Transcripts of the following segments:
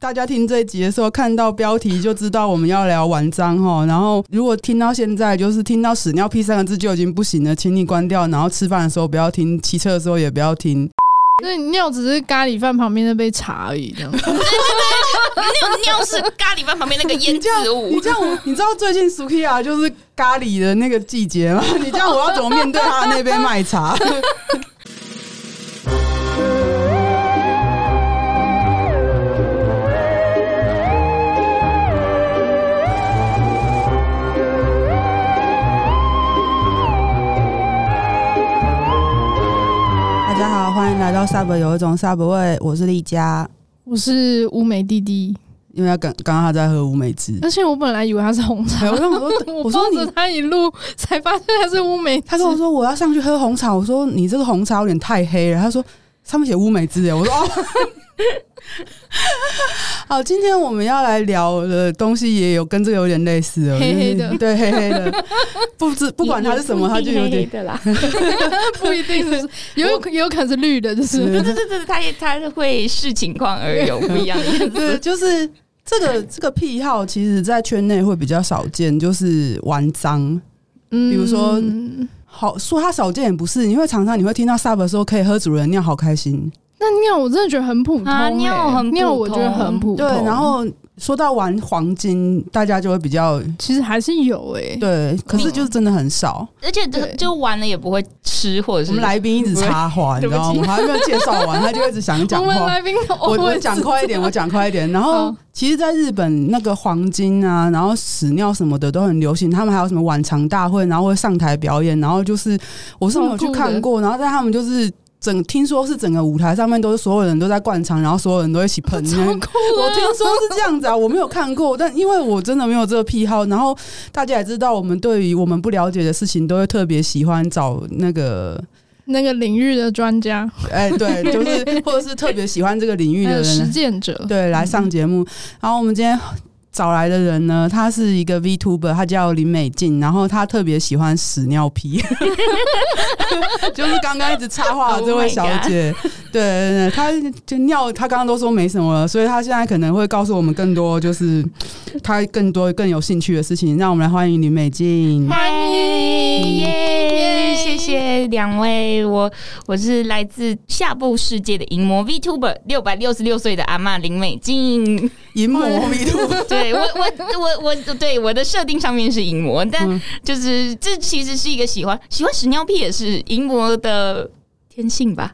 大家听这一集的时候，看到标题就知道我们要聊完章哈。然后，如果听到现在，就是听到“屎尿屁”三个字就已经不行了，请你关掉。然后吃饭的时候不要听，骑车的时候也不要听。那你尿只是咖喱饭旁边那杯茶而已，这样。那种 尿是咖喱饭旁边那个你腌这样制，你物，这样我，你知道最近 Sukiya 就是咖喱的那个季节吗？你这样我要怎么面对他的那杯麦茶？大家好，欢迎来到 Sub 有一种 Sub 味，我是丽佳。我是乌梅弟弟，因为他刚刚刚他在喝乌梅汁，而且我本来以为他是红茶，哎，我想说 我我说抱你着他一路才发现他是乌梅。他跟我说我要上去喝红茶，我说你这个红茶有点太黑了。他说上面写乌梅汁耶，我说哦。 好，今天我们要来聊的东西也有跟这个有点类似哦，黑黑的就是对，黑黑的，不知不管它是什么，它就有点的啦。 不一 定是，也有也有可能是绿的，就是对对对对，他也他是会视情况而有不一样的样 子。对，就是这个这个癖好，其实在圈内会比较少见，就是玩脏。嗯比如说好说它少见也不是，因为常常你会听到 sub 说可以喝主人尿，好开心。那尿我真的觉得很普通、啊尿欸很普尿我觉得通很普对通。，然后说到玩黄金，大家就会比较其实还是有哎、对，可是就是真的很少。而且就对就完了也不会吃，或者我是们来宾一直插话，你啊对知不道起吗？他还没有介绍完，他就一直想讲 我们话。来宾，我偶我尔讲是快一点，我讲快一点。然后嗯，其实，在日本那个黄金啊，然后屎尿什么的都很流行，他们还有什么晚场大会，然后会上台表演，然后就是我是没有去看过，然后但他们就是整听说是整个舞台上面都是所有人都在灌肠，然后所有人都一起喷，超酷我啊！听说是这样子啊，我没有看过，但因为我真的没有这个癖好。然后大家也知道，我们对于我们不了解的事情，都会特别喜欢找那个，那个领域的专家哎、对， 就是或者是特别喜欢这个领域还的有实人，践者，对，来上节目。然后我们今天。找来的人呢，他是一个 Vtuber，他叫林美静，然后他特别喜欢屎尿屁， 就是刚刚一直插话的这 Oh 位 my 小姐对对对，她就尿，她刚刚都说没什么了，所以她现在可能会告诉我们更多，就是她更多更有兴趣的事情。让我们来欢迎林美静。嗨耶！耶谢谢两位，我我是来自下部世界的淫魔 VTuber，六百六十六岁的阿嬷林美静。淫魔 Vtuber， 对我我我我对我的设定上面是淫魔，但嗯就是这其实是一个喜欢喜欢屎尿屁也是淫魔的天性吧。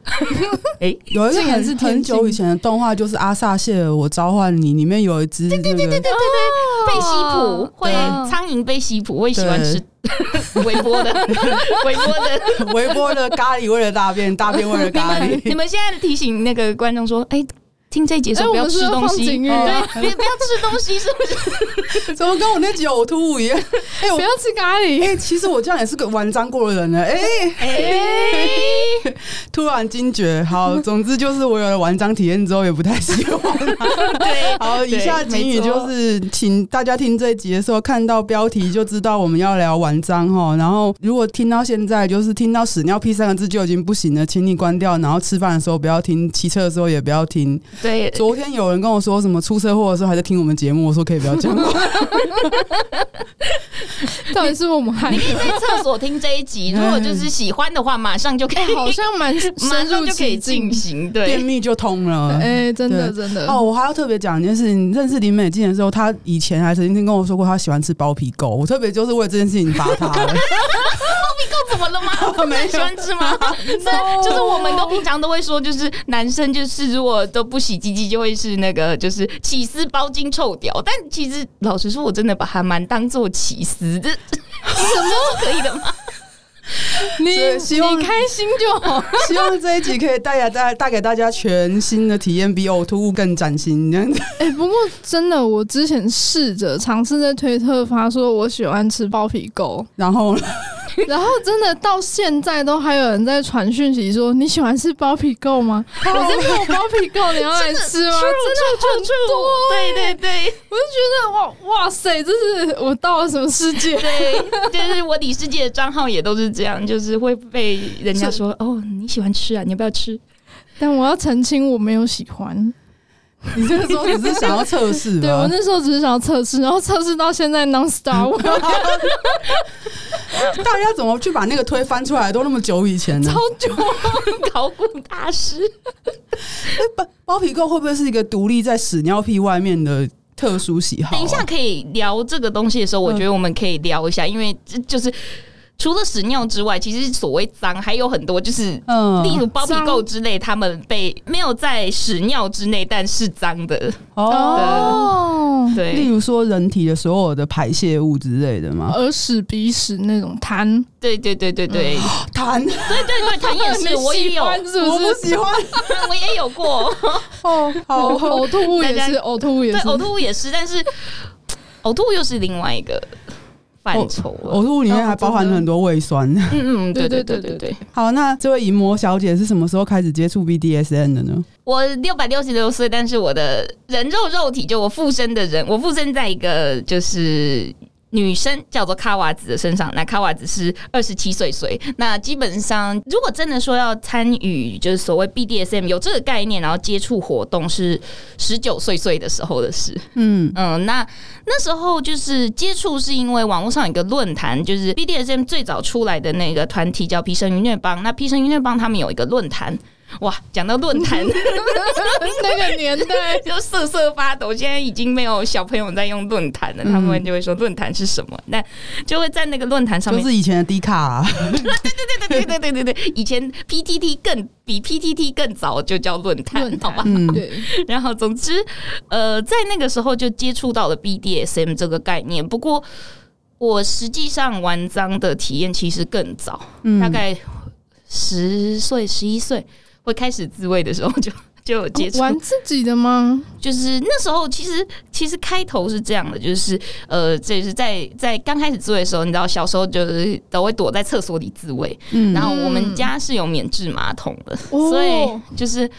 有一个竟然是很天津很久以前的动画，就是阿萨谢尔我召唤你，里面有一只对对对对对对对，被吸哦普会嗯对苍蝇被吸普会喜欢吃 微波的微波的 对， 微波的咖喱为了大便，大便为了咖你们你喱。们现在提醒那个观众说，哎、听这一节哎说不我要们吃是东放西，警语对，哦别不要吃东西，是不 是？怎么跟我那集呕吐物一 样？哎、我不要吃咖哎、喱，其实我这样也是个玩章过的人呢。哎、 哎、突然惊觉， 好，总之就是我有了玩章体验之后，也不太 希望。哎对，好，以下对警语没错就是，请大家听这一集的时候，看到标题就知道我们要聊玩章哈。然后，如果听到现在，就是听到“屎尿屁”三个字就已经不行了，请你关掉。然后吃饭的时候不要听，骑车的时候也不要听。对，昨天有人跟我说什么出车祸的时候还在听我们节目，我说可以不要 讲吗？ 到底是不是我们害你的？可以在厕所听这一集，如果就是喜欢的话，马上就可哎、以，好像蛮马深上入就可以其进境。行，便对。秘就通了。哎、真的真的哦，，我还要特别讲一件事情。认识林美静的时候，她以前还曾经跟我说过，她喜欢吃包皮狗。我特别就是为了这件事情罚 她的。那怎么 了吗？没有喜欢吃 吗？那就是我们都平常都会说，就是男生就是如果都不洗鸡鸡，就会是那个就是起司包茎臭屌。但其实老实说，我真的把它蛮当做起司，这什么都可以的吗？所以你希望你开心就好。希望这一集可以带给大带给大家全新的体验，比呕吐物更崭新。这样子， 哎、不过真的，我之前试着尝试在推特发说我喜欢吃包皮狗，然后然后真的到现在都还有人在传讯息说你喜欢吃包皮狗吗？我这边有包皮狗，你要来吃吗？真的 对对对欸我就觉得哇哇塞，这是我到了什么世界？ 对，就是我李世界的账号也都是这样，就是会被人家 说哦，你喜欢吃啊，你要不要吃？但我要澄清，我没有喜欢。你这个时候只是想要测试吧？对我那时候只是想要测试，然后测试到现在 non stop，大家怎么去把那个推翻出来？都那么久以前呢超？久，考古大师。包包皮垢会不会是一个独立在屎尿屁外面的特殊喜好啊、等一下可以聊这个东西的时候，我觉得我们可以聊一下，因为这就是除了屎尿之外，其实所谓脏还有很多，就是嗯，例如包皮垢之类，他们被没有在屎尿之内，但是脏的， 哦，哦，例对如说人体的所有的排泄物之类的嘛，耳屎鼻屎那种痰， 对对对对对痰，对对对，痰也是， 你我也喜有，欢哦是我不不是？喜欢。我也有过，哦， 好，呕吐物也大是，家呕吐物也对是，呕吐物也是，但是呕吐物又是另外一个范畴了。呕吐物里面还包含了很多胃哦酸。嗯嗯，对对对对对对对对对，好，那这位淫魔小姐是什么时候开始接触 BDSN 的呢？我六百六十六岁，但是我的人肉肉体，就我附身的人，我附身在一个就是。女生叫做卡瓦子的身上，那卡瓦子是二十七岁岁。那基本上，如果真的说要参与，就是所谓 BDSM 有这个概念，然后接触活动是十九岁岁的时候的事。嗯，嗯，那那时候就是接触是因为网络上有一个论坛，就是 BDSM 最早出来的那个团体叫皮神愉虐帮。那皮神愉虐帮他们有一个论坛，哇，讲到论坛 那个年代，就瑟瑟发抖。现在已经没有小朋友在用论坛了，他们就会说论坛是什么，那就会在那个论坛上就面。是以前的迪卡、啊，对对对对对对，以前 PTT 更比 PTT 更早就叫论坛论，好坛吧？嗯对，然后，总之，呃，在那个时候就接触到了 BDSM 这个概念。不过，我实际上玩脏的体验其实更早，嗯大概十岁、十一岁会开始自慰的时候就就有接触。玩自己的吗？就是那时候，其实其实开头是这样的，就是呃，这是在在刚开始自慰的时候，你知道小时候就是都会躲在厕所里自慰，嗯然后我们嗯家是有免治马桶的，哦所以就是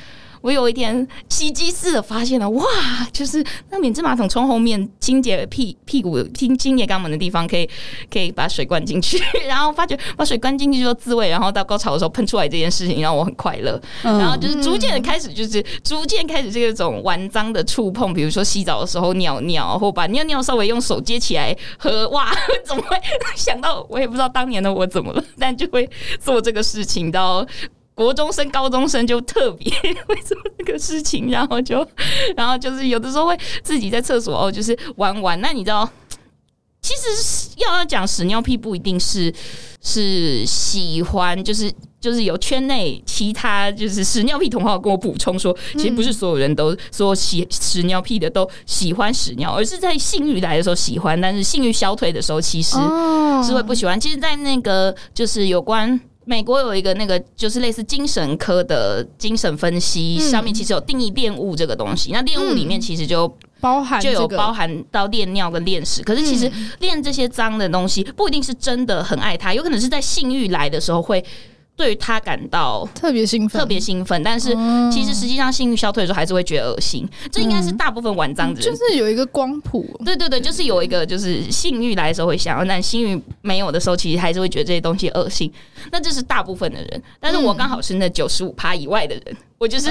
我有一天袭击式的发现了，哇，就是那免治马桶从后面清洁屁屁股清清洁肛门的地方，可以 可以把水灌进去，然后发觉把水灌进去就自慰，然后到高潮的时候喷出来这件事情让我很快乐，嗯然后就是逐渐的开始，就是逐渐开始这种玩脏的触碰，比如说洗澡的时候尿尿，或把尿尿稍微用手接起来喝，哇， 怎么会想到？我也不知道当年的我怎么了，但就会做这个事情到。国中生、高中生就特别 会做这个事情，然后就，然后就是有的时候会自己在厕所哦，就是玩玩。那你知道，其实要要讲屎尿屁不一定是是喜欢，就是就是有圈内其他就是屎尿屁同好跟我补充说，其实不是所有人都说喜屎尿屁的都喜欢屎尿，而是在性欲来的时候喜欢，但是性欲消退的时候其实哦是会不喜欢。其实，在那个就是有关。美国有一个那个就是类似精神科的精神分析，嗯上面其实有定义恋物这个东西。那恋物里面其实就包含就有这个嗯包含到恋尿跟恋屎，可是其实恋这些脏的东西不一定是真的很爱他，有可能是在性欲来的时候会对他感到特别兴奋，特别兴奋，但是哦其实实际上性欲消退的时候还是会觉得恶心。这应该嗯是大部分玩脏的人。就是有一个光谱，对对对，就是有一个，就是性欲来的时候会想要，但性欲没有的时候，其实还是会觉得这些东西恶心。那这是大部分的人，但是我嗯刚好是那九十五趴以外的人，我就是、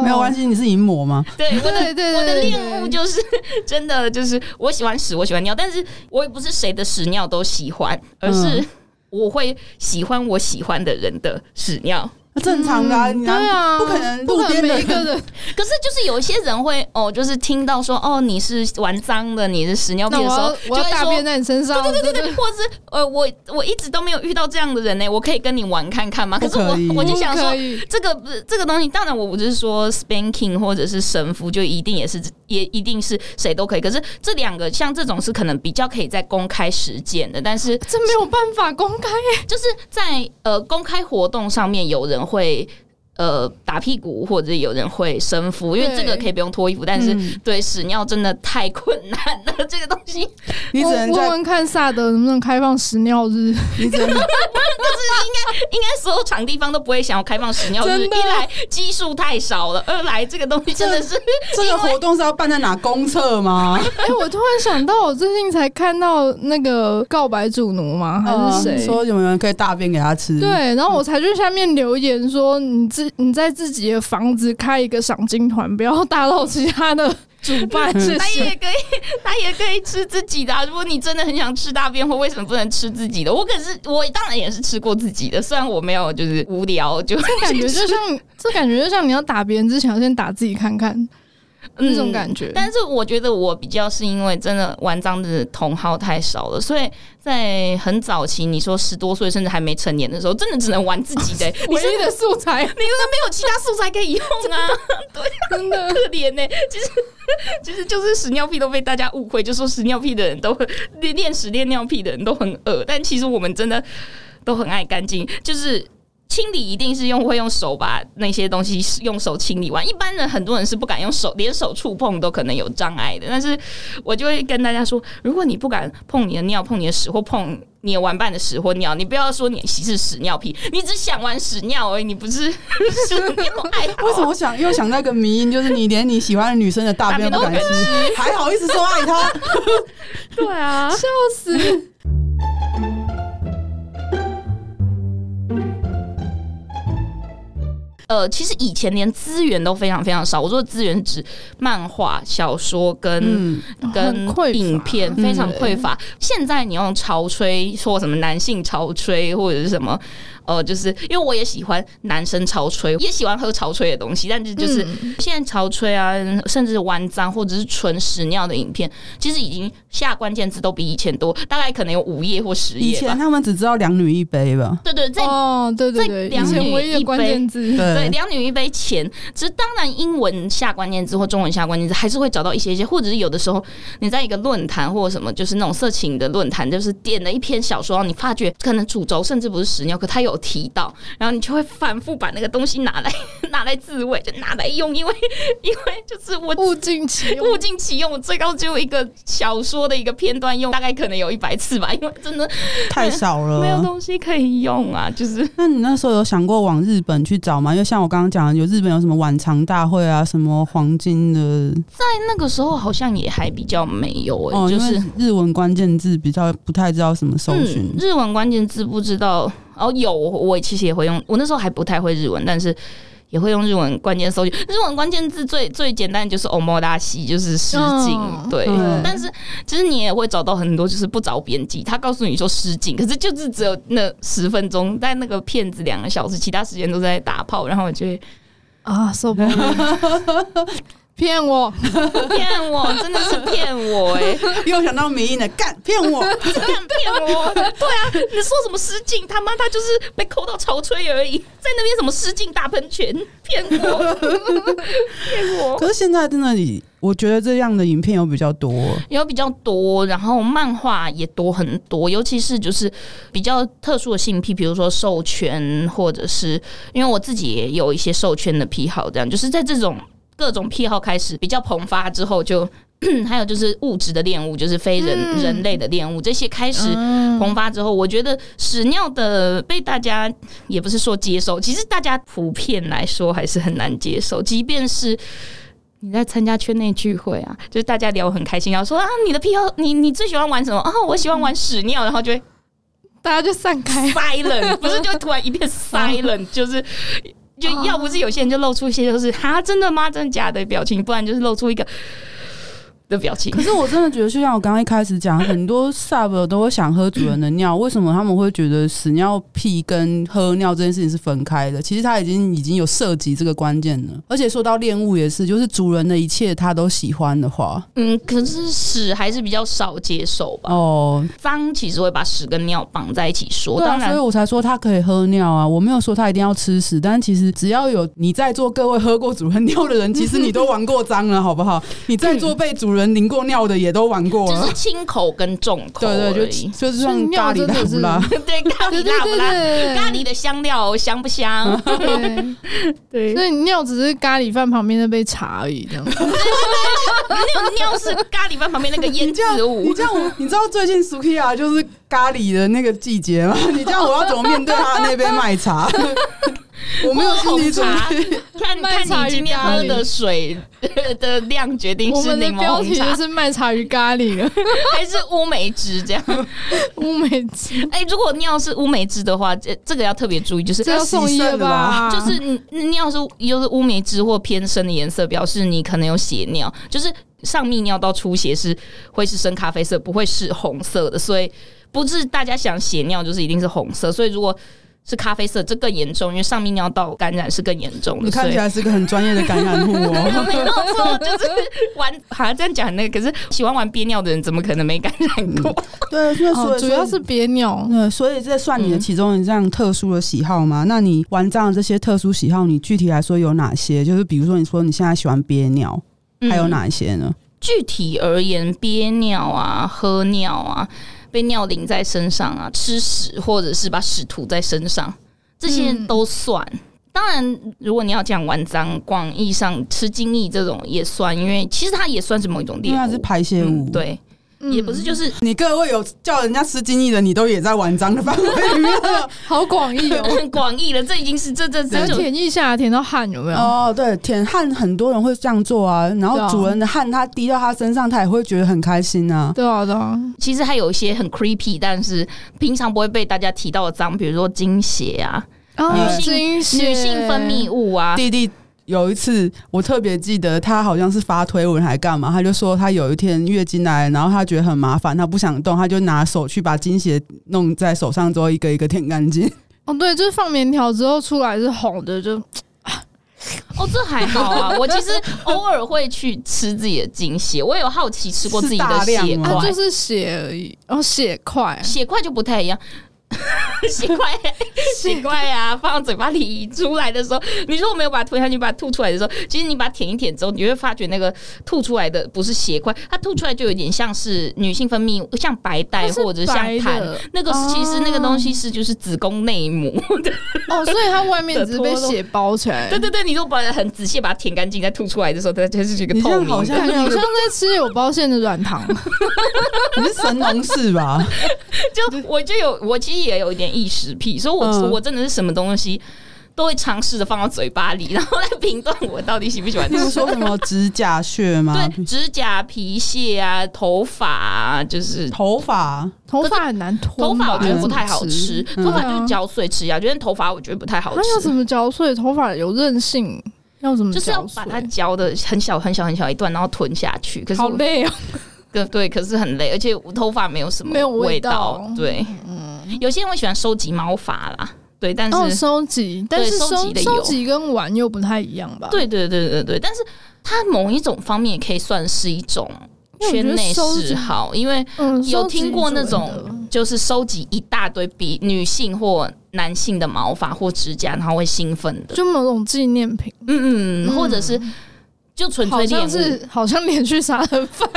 没有关系，系，你是淫魔吗？对我的对对对，我的对恋物就是 真的就是我喜欢屎，我喜欢尿，但是我也不是谁的屎尿都喜欢，而嗯是我会喜欢我喜欢的人的屎尿。那正常的、啊，嗯你对啊，不可能不路可能边的嗯每一个人，可是就是有一些人会哦，就是听到说哦你是玩脏的，你是屎尿屁那我的时候要，我就要会大便说。在你身上，对对对对对对，或是呃，我我一直都没有遇到这样的人呢、我可以跟你玩看看吗？可是不我可以我就想说不可，以这个不是这个东西，当然我不是说 spanking 或者是神父就一定也是也一定是谁都可以，可是这两个像这种是可能比较可以在公开实践的，但是这没有办法公开，啊就是在呃公开活动上面，有人会呃打屁股，或者有人会生夫，因为对这个可以不用脱衣服，但是、嗯对屎尿真的太困难了，这个东西你只我能问在，问看萨德能不能开放屎尿日，你只能应该所有场地方都不会想要开放屎尿日，真的一来基数太少了，二来这个东西真的是这个活动是要办在哪公厕吗？ 哎、我突然想到，我最近才看到那个告白主奴吗？还是嗯谁？啊说有没有人可以大便给他吃？对，然后我才去下面留言说，你这自你在自己的房子开一个赏金团，不要打扰其他的主办，嗯谢他谢。也可以，他也可以吃自己的、啊。如果你真的很想吃大便，或为什么不能吃自己的？我可是我当然也是吃过自己的，虽然我没有就是无聊就这 感觉就像， 这感觉就像你要打别人之前，要先打自己看看那种觉。感觉。嗯但是我觉得我比较是因为真的玩脏的同好太少了，所以在很早期，你说十多岁甚至还没成年的时候，真的只能玩自 己的、你唯是一的素 材，你就是没有其他素材可以用啊，真的可怜呢、其实其实就是屎尿屁都被大家误会，就说屎尿屁的人都会练练屎练尿屁的人都很恶，但其实我们真的都很爱干净，就是。清理一定是用会用手把那些东西用手清理完，一般人很多人是不敢用手，连手触碰都可能有障碍的。但是我就会跟大家说，如果你不敢碰你的尿、碰你的屎或碰你的玩伴的屎或尿，你不要说你是屎尿屁，你只想玩屎尿而已，你不是屎尿爱好。啊为什么我想又想到一个迷因，就是你连你喜欢的女生的大便都不敢吃，还好意思说爱她？对啊， 笑死！呃，其实以前连资源都非常非常少。我说的资源指漫画、小说跟、嗯，很匮乏嗯跟影片，非常匮乏。现在你用潮吹，说什么男性潮吹或者是什么，呃，就是因为我也喜欢男生潮吹，也喜欢喝潮吹的东西，但是嗯就是、现在潮吹啊，甚至玩脏或者是纯屎尿的影片，其实已经下关键字都比以前多，大概可能有五页或十以页前吧。他们只知道两女一杯吧？对对，在哦，对对对，在两以前唯一的关键字，嗯 对，对，两女一杯钱。只是当然，英文下关键字或中文下关键字还是会找到一些一些，或者是有的时候你在一个论坛或者什么，就是那种色情的论坛，就是点了一篇小说，然后你发觉可能主轴甚至不是屎尿，可他有提到，然后你就会反复把那个东西拿来 拿来自慰， 就拿来用，因为因为就是我物尽其用物。尽其用，我最高只有一个小说的一个片段用，大概可能有一百次吧，因为真的太少了。没有东西可以用啊，就是那你那时候有想过往日本去找吗？因为像我刚刚讲的，有日本有什么晚长大会啊，什么黄金的那个时候好像也还比较没有、欸，哦，就因是为日文关键字比较不太知道什么搜寻嗯。。日文关键字不知道哦，有我我其实也会用，我那时候还不太会日文，但是也会用日文关键搜寻。日文关键字最最简单就是 omodashi，就是失禁，嗯哦对。嗯但是其实你也会找到很多就是不着边际，他告诉你说失禁，可是就是只有那十分钟，但那个骗子两个小时，其他时间都在打炮，然后我就会啊，受 不了！骗我，骗我，真的是骗我哎、 又想到迷因的，干骗 我！骗我！对啊，你说什么失禁？他妈他就是被扣到潮吹而已，在那边什么失禁大喷泉，骗我，骗我。可是现在真的，你我觉得这样的影片有比较多。 有比较多，然后漫画也多很多，尤其是就是比较特殊的性癖，比如说授权，或者是因为我自己也有一些授权的癖好，这样就是在这种各种癖好开始比较蓬发之后就， 还有就是物质的恋物，就是非人、嗯人类的恋物，这些开始嗯蓬发之后，我觉得屎尿的被大家也不是说接受，其实大家普遍来说还是很难接受，即便是。你在参加圈内聚会啊，就是大家聊得很开心，然后说啊，你的癖好，你你最喜欢玩什么啊？我喜欢玩屎尿，然后就会 大家就散开。 silent，不是就突然一片 silent，就是就哦要不是有些人就露出一些就是哈真的吗？真的假的表情，不然就是露出一个的表情可。是我真的觉得，就像我刚刚一开始讲，很多 sub 都会想喝主人的 尿，为什么他们会觉得屎尿屁跟喝尿这件事情是分开的？其实他已经已经有涉及这个关键了。而且说到恋物也是，就是主人的一切他都喜欢的话，嗯，可是屎还是比较少接受吧。哦，脏其实会把屎跟尿绑在一起说，对当啊，所以然。我才说他可以喝尿啊，我没有说他一定要吃屎，但其实只要有你在座各位喝过主人尿的 人，其实你都玩过脏了，好不好？你在座被主人淋过尿的也都玩过就了是，轻口跟重口对而对，就已。就是像咖喱大不啦， 对咖对喱对辣不对辣？对，咖喱的香料香不香？ 对，对，所以尿只是咖喱饭旁边那杯茶而已，这样。那种尿是咖喱饭旁边那 个你腌这样制，你物。这样我，你知道最近 Sukiya 就是咖喱的那个季节吗？你这样我要怎么面对他的那杯麦茶？我没有心理准或备。看卖看茶你今与天咖喝喱的水的量决定我是们的柠檬标红题就茶是卖茶与咖喱 了，还是乌梅汁这样。乌梅子，哎、如果尿是乌梅汁的话，这这个要特别注意，就是这要送医了吧？啊就是你尿是又是乌梅汁或偏深的颜色，表示你可能有血尿，就是上泌尿道出血是会是深咖啡色，不会是红色的，所以不是大家想血尿就是一定是红色，所以如果是咖啡色，这更严重，因为上泌尿道感染是更严重你的。所看以起来是个很专业的感染户哦。 没有错，就是玩，好像这样讲那个，可是喜欢玩憋尿的人怎么可能没感染过？ 对，那所哦，以主要是别鸟。对，所以这算你的其中一项特殊的喜好吗？那你玩这样的这些特殊喜好，你具体来说有哪些？就是比如说，你说你现在喜欢憋尿，还有嗯哪一些呢？具体而言，憋尿啊、喝尿啊、被尿淋在身上啊、吃屎或者是把屎涂在身上，这些嗯都算。当然，如果你要讲玩脏，广义上吃精液这种也算，因为其实它也算是某一种因猎为物，它是排泄物，嗯，。对，也不是就是 是你各位有叫人家吃精益的，你都也在玩脏的范围 里面了。啊好广义哦， 广义了，这已经是这这还这有种舔一下，舔到汗有没有？哦，对，舔汗很多人会这样做啊，然啊对后啊主人的汗他滴到他身上，他也会觉得很开心啊。对啊，对啊，其实还有一些很 creepy，但是平常不会被大家提到的脏，比如说经血啊、啊，女性女女性分泌物啊，弟弟有一次，我特别记得他好像是发推文还干嘛，他就说他有一天月经来，然后他觉得很麻烦，他不想动，他就拿手去把经血弄在手上之后一个一个舔干净。 哦，对，就是放棉条之后出来是红的，就哦，这还好 啊。我其实偶尔会去吃自己的精血，我有好奇吃过自己的是血大块，量啊就是血而已，哦，血块，嗯血块就不太一样。 血块，血块啊，放到嘴巴里出来的时候，你如果没有把它吞下去，把它吐出来的时候，其实你把它舔一舔之后，你会发觉那个吐出来的不是血块，它吐出来就有点像是女性分泌物，像白带它是或者像白痰的。那个是其实那个东西是就是子宫内膜， 哦，所以它外面只是被的脱落血包起来， 对对对，你如果把它很仔细把它舔干净，再吐出来的时候，它它是一个你这透样明的。好像感觉好像在吃有包馅的软 糖，你是神农氏吧？就我就有，我其实也有一点异食癖，所以我、嗯我真的是什么东西都会尝试的放到嘴巴里， 然后来评断我到底喜不喜欢例如吃。说什么指甲屑吗？对，指甲、皮屑啊，头发啊，就是头发啊头发很难脱，头发，我觉得不太好吃，嗯头发就是嚼碎吃呀、啊。觉得头发我觉得不太好它要吃怎，么嚼碎？头发有韧性，要怎么就是要嚼碎把它嚼的很小很小很小一段，然后吞下去。可是好我累哦，对对，可是很累，而且我头发没有什么没有味味道嗯对，有些人会喜欢收集毛发啦，对，但是、哦，收集，但是收集收的收有集跟玩又不太一样吧？，对对对对对，但是它某一种方面也可以算是一种因为我觉圈得内收集嗜好，因为嗯，有收集听过那组种的就是收集一大堆比女性或男性的毛发或指甲，然后会兴奋的，就某种纪念品，嗯嗯，或者是就纯好粹像恋物。是好像连续杀人犯，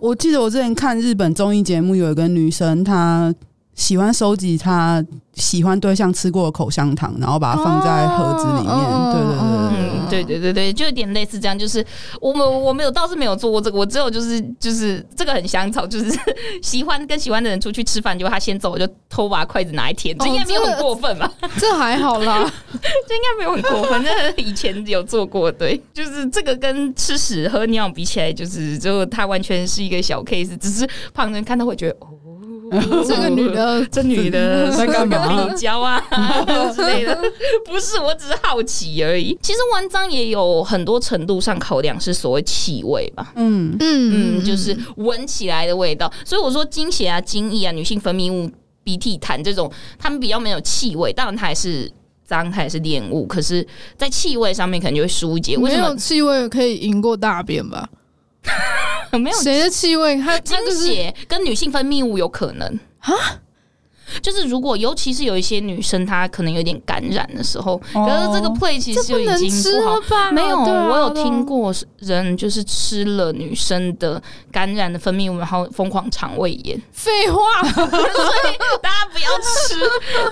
我记得我之前看日本综艺节目，有一个女生，她喜欢收集她喜欢对象吃过的口香糖，然后把它放在盒子里面。哦对对对对对。嗯，对对对对，就有点类似这样，就是我们我没有倒是没有做过这个，我只有就是就是这个很香草，就是 喜欢跟喜欢的人出去吃饭，结果他先走，我就偷把筷子拿来舔，这哦应该没有这很个过分吧？这还好 啦，这应该没有很过 分，这以前有做过，对，就是这个跟吃屎喝尿比起来，就是就它完全是一个小 case，只是旁人看到会觉得哦，这个女的这女的在干嘛比较 啊之类的，不是，我只是好奇而已。其实玩脏也有很多程度上考量是所谓气味吧，嗯，嗯嗯，就是闻起来的味道。所以我说精血啊、精液啊、女性分泌物、鼻涕痰这种，它们比较没有气味，当然它还是脏，它也是恋物，可是，在气味上面可能就会疏解。嗯为没什有么气味可以赢过大便吧？ 没有谁的气味？它精它就是血跟女性分泌物有可能啊？就是如果，尤其是有一些女生，她可能有点感染的时候，可是这个 play 其实哦这就不已能经吃不好了吧？没有，对啊我有对啊听过人就是吃了女生的感染的分泌物，然后疯狂肠胃炎。废话，大家不要吃，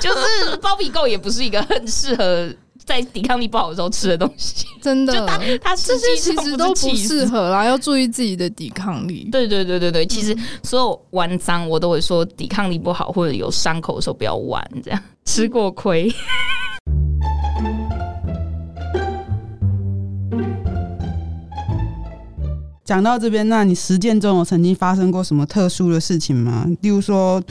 就是包皮垢也不是一个很适合在抵抗力不好的时候吃的东西。 真的就它它这这些其实都不是适气死。合啦，要注意自己的抵抗力。对对对对对，其实所有玩脏我都会说，抵抗 力不好或者有伤口的时候不要玩，这样吃过亏。讲到这边，那你实践中有曾经发生过什么特殊的事情吗？例如说，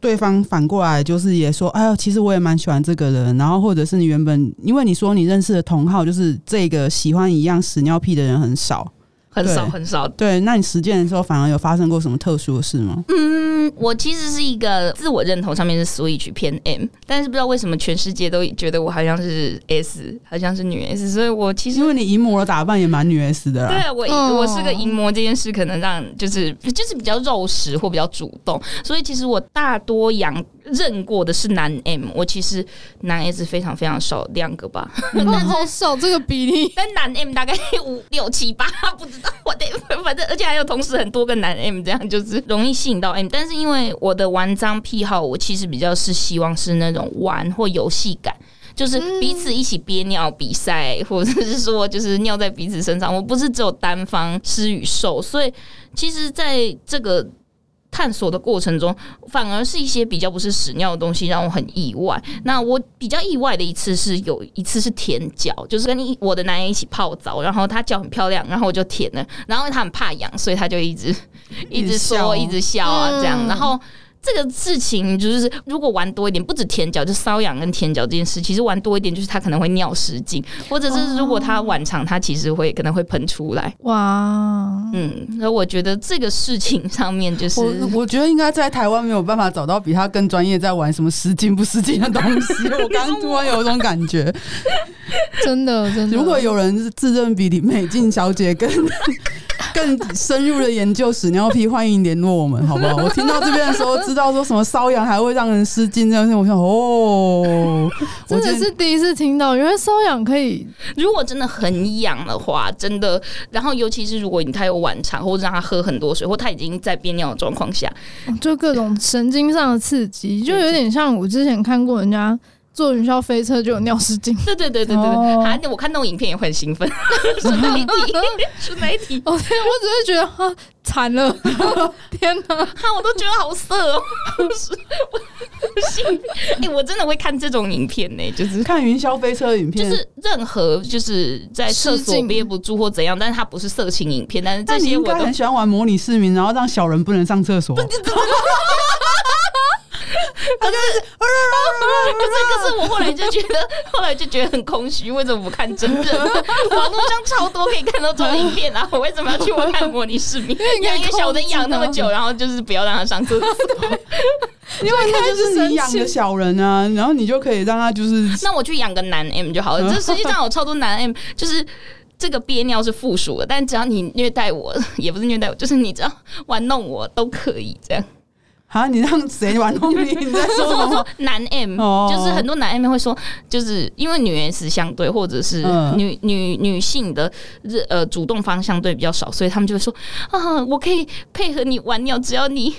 对方反过来就是也说，哎呦，其实我也蛮喜欢这个人，然后或者是你原本因为你说你认识的同好就是这个喜欢一样屎尿屁的人很少，很少对很少。对，那你实践的时候反而有发生过什么特殊的事吗？嗯，我其实是一个自我认同上面是 switch 偏 M，但是不知道为什么全世界都觉得我好像是 S，好像是女 S，所以我其实因为你淫魔的打扮也蛮女 S 的啦，对啊嗯我、哦我是个淫魔这件事，可能让就是就是比较肉食或比较主动，所以其实我大多养认过的是男 M，我其实男 S 非常非常少两个吧，哦，好少这个比例，但男 M 大概五六七八， 不知道我得反正而且还有同时很多个男 M，这样就是容易吸引到 M。但是因为我的玩脏癖好，我其实比较是希望是那种玩或游戏感。就是彼此一起憋尿比赛，或者是说就是尿在彼此身上。我不是只有单方吃与受，所以其实在这个探索的过程中，反而是一些比较不是屎尿的东西让我很意外。那我比较意外的一次是有一次是舔脚，就是跟你我的男人一起泡澡，然后他脚很漂亮，然后我就舔了，然后他很怕痒，所以他就一直 一直说一直笑啊嗯这样，然后。这个事情就是，如果玩多一点，不止舔脚，就瘙痒跟舔脚这件事，其实玩多一点，就是他可能会尿失禁，或者是如果他晚长，他其实会可能会喷出来。哇，嗯，所以我觉得这个事情上面就是我我觉得应该在台湾没有办法找到比他更专业在玩什么失禁不失禁的东 西。我刚刚突然有一种感觉，真的真的。如果有人是自认比李美静小姐更更深入的研究屎尿屁，欢迎联络我们，好不好？我听到这边的时候，知道说什么瘙痒还会让人失禁这件事，我想哦，我真今的天是第一次听到，原来瘙痒可以如果真的很痒的话，真的，然后尤其是如果你他有晚肠，或者让他喝很多水，或他已经在憋尿的状况下，就各种神经上的刺激，就有点像我之前看过人家坐云霄飞车就有尿失禁。对对对对对哦对，还、我看那种影片也会 很兴奋，顺带一提，顺带一提，哦，天，我只是觉得啊，惨 了，天哪！哈，我都觉得好色 哦，不行，哎、我真的会看这种影片呢、就是。看云霄飞车的影就片，是任何就是在厕失所禁憋不住或怎样，但是它不是色情影片，但是那这你些应我该都很喜欢玩模拟市民，然后让小人不能上厕所。 他就是 可是，可是我后来就觉得， 后来就觉得很空虚，为什么不看真人？ 网络上超多可以看到这种影片啊，我为什么要去看模拟市民？为你可养以一个小人养那么久，然后就是不要让他上厕所。因为那就是你养的小人啊，然后你就可以让他就是那我去养个男 M 就好了。这实际上有超多男 M，就是这个憋尿是附属的，但只要你虐待我，也不是虐待我，就是你只要玩弄我都可以这样。啊，你让谁玩弄你？你在 就是说我什 说么？男 M，、哦就是很多男 M 会说，就是因为女 S 相对或者是嗯女、女女性的呃主动方相对比较少，所以他们就会说啊，我可以配合你玩尿，只要你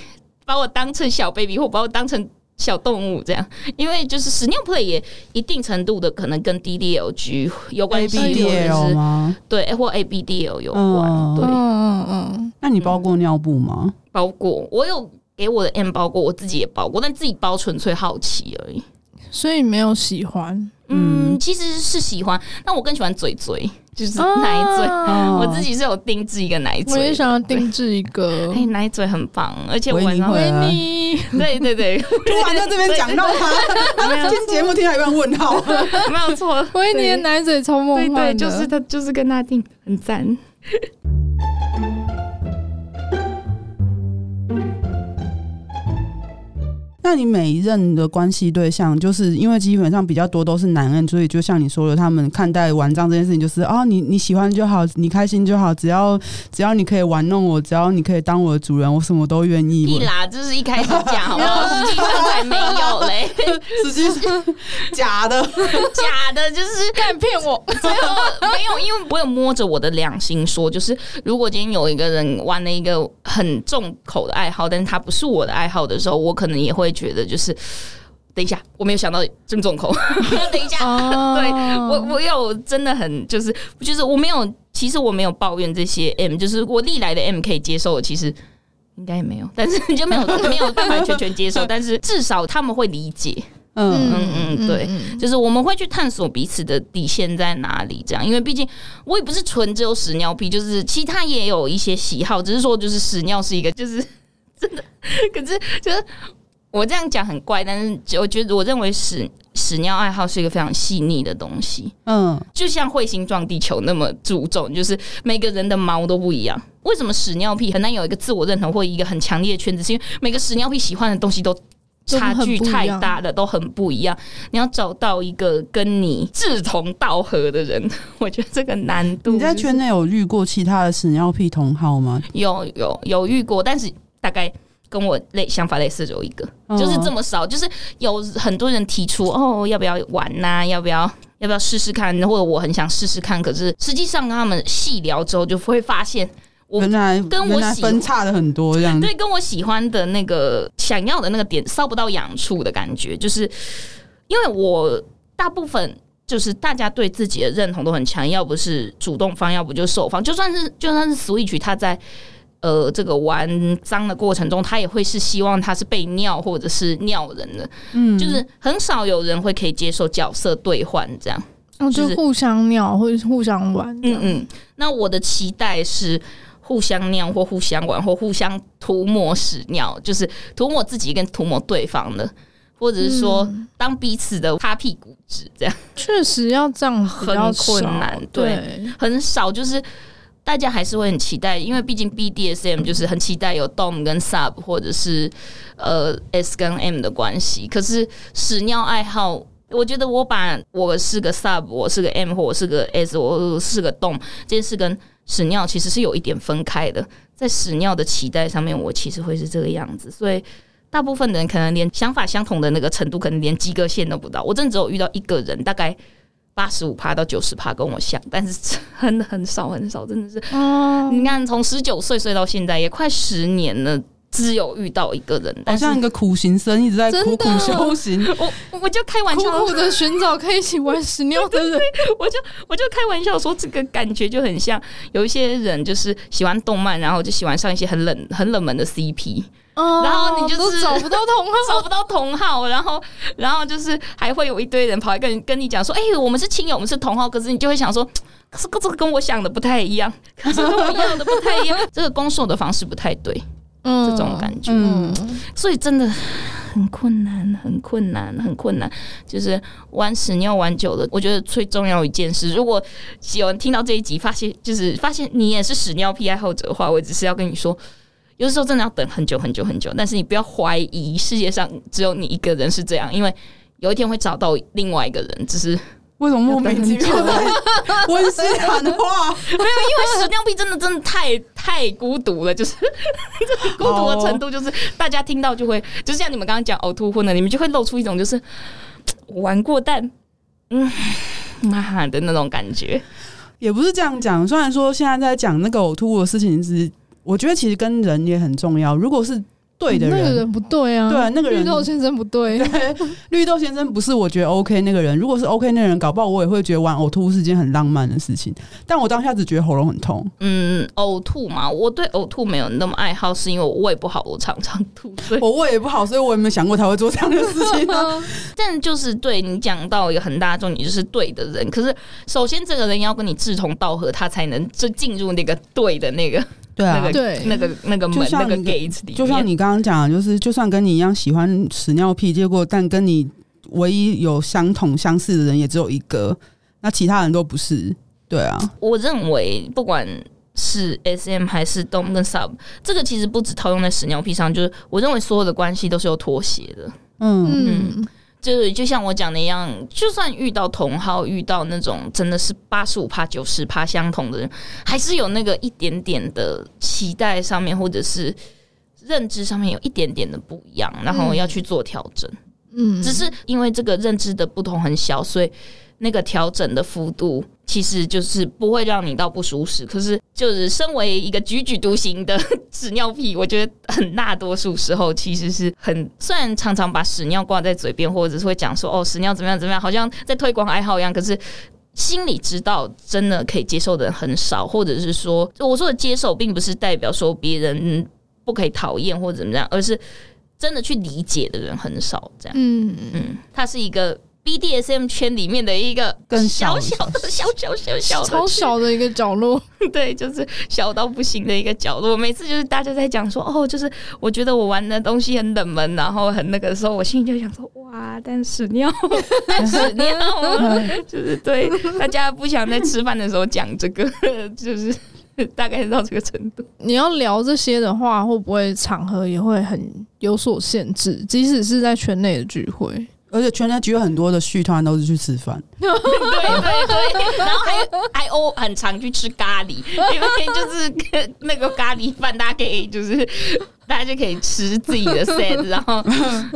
把我当成小 baby 或把我当成。小动物这样，因为就是屎尿 play 也一定程度的可能跟 DDLG 有关系，或 B 者 D 是 L 吗？对或 ABDL 有关，嗯对，嗯嗯那你包过尿布吗？包裹我有给我的 M 包裹，我自己也包裹，但自己包纯粹好奇而已。嗯，所以没有喜欢嗯，其实是喜欢，但我更喜欢嘴嘴，就是啊奶嘴。哦啊嗯我自己是有定制一个奶我也嘴，想要定制一个哎、奶嘴很棒，而且我维尼然后会啊维 尼，对对对， 突然在这边讲到他，他今天节目听到一半问号，没有错，维尼的奶嘴超梦对幻的对，就是他，就是跟他定，很赞。那你每一任的关系对象，就是因为基本上比较多都是男人，所以就像你说的，他们看待玩账这件事情，就是哦，你你喜欢就好，你开心就好，只要只要你可以玩弄我，只要你可以当我的主人，我什么都愿一意。啦，就是一开始讲好不好？ 实际上才没有嘞，实际 上假的，假的，就是敢骗我，最后哦没有，因为我有摸着我的良心说，就是如果今天有一个人玩了一个很重口的爱好，但是他不是我的爱好的时候，我可能也会觉得就是，等一下，我没有想到这么重口， 等一下，哦对我我有真的很就是就是我没有，其实我没有抱怨这些 M，就是我历来的 M 可以接受的，其实。 应该也没有，但是就没有没有完完全全接受，但是至少他们会理解，嗯，嗯嗯对就是我们会去探索彼此的底线在哪里，这样，因为毕竟我也不是纯只有屎尿屁，就是其他也有一些喜好，只是说就是屎尿是一个，就是 真的，可是就是我这样讲很怪，但是我觉得我认为屎屎尿爱好是一个非常细腻的东西，嗯，就像彗星撞地球那么注重，就是每个人的毛都不一样。为什么屎尿屁很难有一个自我认同或一个很强烈的圈子？是因为每个屎尿屁喜欢的东西都都差很距不一太样大了，都很不一样。你要找到一个跟你志同道合的人，我觉得这个难度嗯你在就是圈内有遇过其他的屎尿屁同好吗？有有有遇过，但是大概跟我类想法类似只有一个，哦就是这么么少，就是有很多人提出哦，要不要玩呐、要不要要不要试试看？或者我很想试试看，可是实际上跟他们细聊之后，就会发现，我原来跟我原来喜欢分叉的很多这样子，对，跟我喜欢的那个想要的那个点烧不到痒处的感觉，就是因为我大部分。就是大家对自己的认同都很强，要不是主动方，要不就受方。就算是就算是 Switch，他在呃这个玩脏的过程中，他也会是希望他是被尿或者是尿人的。嗯，就是很少有人会可以接受角色兑换这样。然后哦就就是互相尿或者是互相玩这嗯样，嗯，那我的期待是互相尿或互相玩或互相涂抹屎尿，就是涂抹自己跟涂抹对方的，或者是说嗯当彼此的擦屁股纸这样， 确实要这样比较很困少难对对，很少就是。大家还是会很期待，因为毕竟 BDSM 就是很期待有 dom 跟 sub 或者是呃 S 跟 M 的关系。可是屎尿爱好，我觉得我把我是个 sub，我是个 M 或我是个 S，我是个 dom 这件事跟屎尿其实是有一点分开的。在屎尿的期待上面，我其实会是这个样子，所以。大部分人可能连想法相同的那个程度，可能连及格线都不到。我真的只有遇到一个人，大概八十五趴到九十趴跟我像，但是真的很少很少，真的是哦，你看，从十九岁睡到现在，也快十年了，只有遇到一个人，好但是像一个苦行僧一直在真苦的苦修 行，我我就开玩苦笑，苦的寻找可以一起玩屎尿的人，我就我就开玩笑说，这个感觉就很像有一些人就是喜欢动漫，然后就喜欢上一些很冷很冷门的 CP，然后你就哦都是找不到同 找好，不到同号，然后然后就是还会有一堆人跑来跟跟你讲说，哎、我们是亲友，我们是同号，可是你就会想说。可是这个跟我想的不太一样，可是跟我要的不太一样， 这个攻受的方式不太对，嗯这种感觉。嗯，所以真的很困难，很困难，很困难。就是玩屎尿玩久了，我觉得最重要一件事，如果有人听到这一集，发现就是发现你也是屎尿屁爱好者的话，我只是要跟你说。有时候真的要等很久很久很久，但是你不要怀疑世界上只有你一个人是这样，因为有一天会找到另外一个人，只是因为什么莫名其 妙在 温馨喊话？为屎尿屁真的真的太太孤独了，就是 这个孤独的程度，就是大家听到就会，就像你们刚刚讲呕吐混的，你们就会露出一种就是我玩过但嗯妈的那种感觉。也不是这样讲，虽然说现在在讲那个呕吐的事情是，我觉得其实跟人也很重要。如果是对的哦那个人，人不对啊，对那个人绿豆先生不对，绿豆先生不是我觉得 OK 那个人，如果是 OK 那个人，搞不好我也会觉得玩呕吐是件很浪漫的事情。但我当下只觉得喉咙很痛，嗯，呕吐嘛，我对呕吐没有那么爱好，是因为我胃不好，我常常吐。所以，我胃也不好，所以我也没有想过他会做这样的事 情、啊。但就是对你讲到一个很大的重点，就是对的人。可是，首先这个人要跟你志同道合，他才能就进入那个对的那个、对啊那个对那个那个门就像那个你 gate 里面。就像你刚刚讲的，就是就算跟你一样喜欢屎尿屁，结果但跟你唯一有相同相似的人也只有一个，那其他人都不是。对啊，我认为不管是 S M 还是 Dom 跟 Sub，这个其实不只套用在屎尿屁上，就是我认为所有的关系都是有妥协的。嗯，嗯，就是就像我讲的一样，就算遇到同好，遇到那种真的是八十五趴、九十趴相同的人，还是有那个一点点的期待上面，或者是认知上面有一点点的不一样，然后嗯要去做调整。嗯，只是因为这个认知的不同很小，所以那个调整的幅度其实就是不会让你到不舒适。可是，就是身为一个踽踽独行的 屎尿屁，我觉得很大多数时候其实是很，虽然常常把屎尿挂在嘴边，或者是会讲说哦屎尿怎么样怎么样，好像在推广爱好一样，可是。心里知道，真的可以接受的人很少，或者是说，哦我说的接受，并不是代表说别人不可以讨厌或者怎么样，而是真的去理解的人很少。这样，嗯嗯嗯，它是一个 BDSM 圈里面的一个更小小小的、小小小小的超小的一个角落， 对，就是小到不行的一个角落。每次就是大家在讲说，哦，就是我觉得我玩的东西很冷门，然后很那个的时候，我心里就想说，哇，但屎尿， 但屎尿，啊就是对大家不想在吃饭的时候讲这个， 就是大概到这个程度。你要聊这些的话，会不会场合也会很有所限制？即使是在圈内的聚会，而且全台局有很多的续团都是去吃饭， 对对对，然后还有还欧很常去吃咖喱，因 为就是跟那个咖喱饭，大家可以就是。大家就可以吃自己的 set，然 后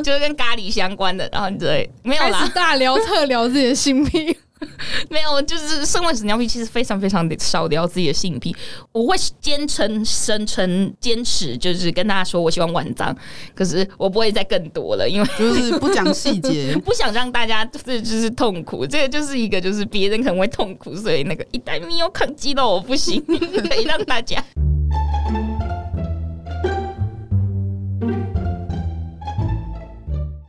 就是跟咖喱相关的，然后对，没有开啦始，大聊特聊自己的性癖， 没有，就是身为屎尿屁，其实非常非常的少聊自己的性癖。我会坚称、声称、坚持，就是跟大家说我喜欢玩脏，可是我不会再更多了，因为。就是不讲细节 不想让大家就是就是痛苦。这个就是一个就是别人可能会痛苦，所以那个一袋米有啃鸡肉我不行，可以让大家。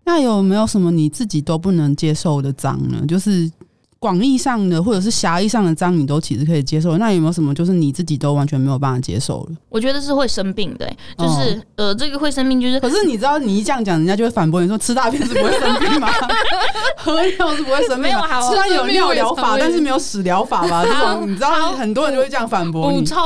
那有没有什么你自己都不能接受的脏呢？就是广义上的或者是狭义上的脏，你都其实可以接受。那有没有什么就是你自己都完全没有办法接受了？我觉得是会生病的、就是、呃，这个会生病就是可是你知道，你一这样讲，人家就会反驳你说吃大便是不会生病 吗？喝尿是不会生没病有吗？好虽然有尿疗法，但是没有屎疗法吧？这种你知道，很多人就会这样反驳补你。充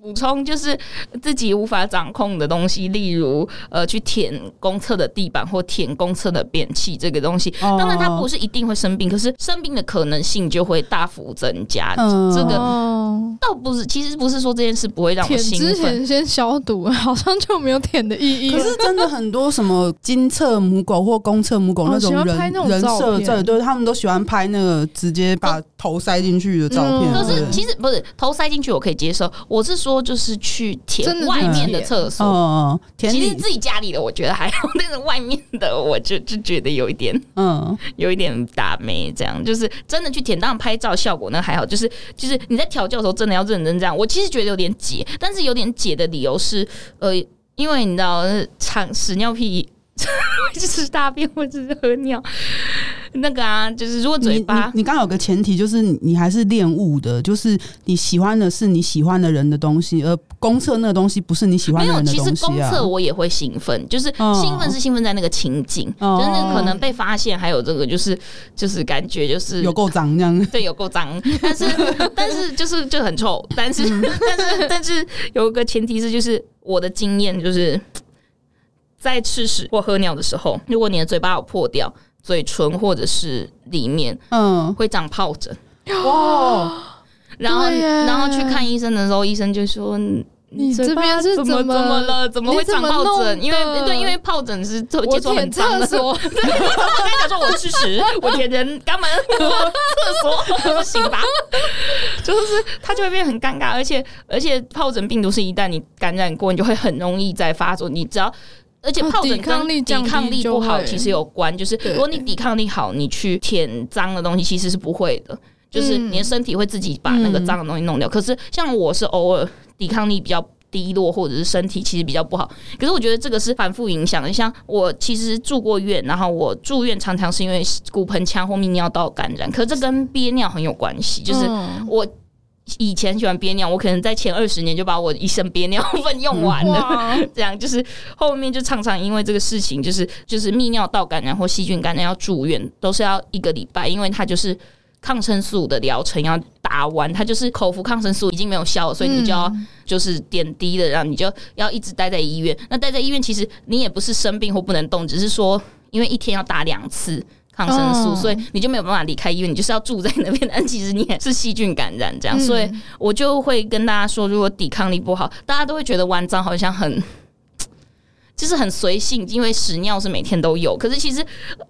补充就是自己无法掌控的东西，例如呃，去舔公厕的地板或舔公厕的便器这个东西。哦当然，它不是一定会生病，可是生病的可能性就会大幅增加。嗯这个哦，倒不是，其实不是说这件事不会让我舔兴之奋。前先消毒，好像就没有舔的意义可了。是真的很多什么金侧母狗或公侧母狗哦那种喜欢人、拍那种人照设，片对对，他们都喜欢拍那个直接把头塞进去的照片。嗯可是对其实不是头塞进去我可以接受，我是说就是去真的舔去外面的舔厕所。哦，田其实里，自己家里的我觉得还好，但是外面的我就就觉得有一点嗯，有一点打眉，这样就是真的去舔，当然拍照效果那还好，就是就是你在调教的时候真的要认真这样。我其实觉得有点解，但是有点解的理由是，呃，因为你知道，呃长屎尿屁。就是大便或者是喝尿，那个啊，就是如果你嘴你巴你刚刚有个前提就是你你还是恋物的，就是你喜欢的是你喜欢的人的东西，而公厕那个东西不是你喜欢没的有，人的其实东公西啊。厕我也会兴奋，就是哦兴奋是兴奋在那个情景，哦就是那个可能被发现，还有这个就是就是感觉就是有够脏这样，对，有够脏， 但是但是就是就很臭，但是嗯 但是但是有一个前提是，就是我的经验就是在吃屎或喝尿的时候，如果你的嘴巴有破掉，嘴唇或者是里面嗯，会长疱疹，哇，然后对耶然后去看医生的时候，医生就说你你嘴这巴边是怎么怎么么了？怎么会你怎长么疱疹？弄因为的对，因为疱疹是接我触很舔脏厕所，的。 他跟你讲说我吃屎，我舔人肛门、厕所，不行吧？ 就是他就会变得很尴尬，而且而且疱疹病毒是一旦你感染过，你就会很容易再发作。你只要而且哦疱疹抵抗力跟抵降低抗力不好就会其实有关，就是对如果你抵抗力好，你去舔脏的东西其实是不会的，就是你的身体会自己把那个脏的东西弄掉。可是像我是偶尔抵抗力比较低落，或者是身体其实比较不好，可是我觉得这个是反复影响的。像我其实住过院，然后我住院常常是因为骨盆腔或泌尿道感染，可是这跟憋尿很有关系。就是嗯我以前喜欢憋尿，我可能在前二十年就把我一身憋尿 分用完了。哇，这样就是后面就常常因为这个事情，就是就是泌尿道感染或细菌感染要住院，都是要一个礼拜，因为它就是抗生素的疗程要打完，它就是口服抗生素已经没有效了， 所以你就要嗯就是点滴的，然后你就要一直待在医院。那待在医院，其实你也不是生病或不能动，只是说因为一天要打两次。抗生素，哦所以你就没有办法离开医院，你就是要住在那边。但其实你也是细菌感染嗯这样，所以 我就会跟大家说，如果抵抗力不好，大家都会觉得玩脏好像很。就是很随性，因为屎尿是每天都有。可是其实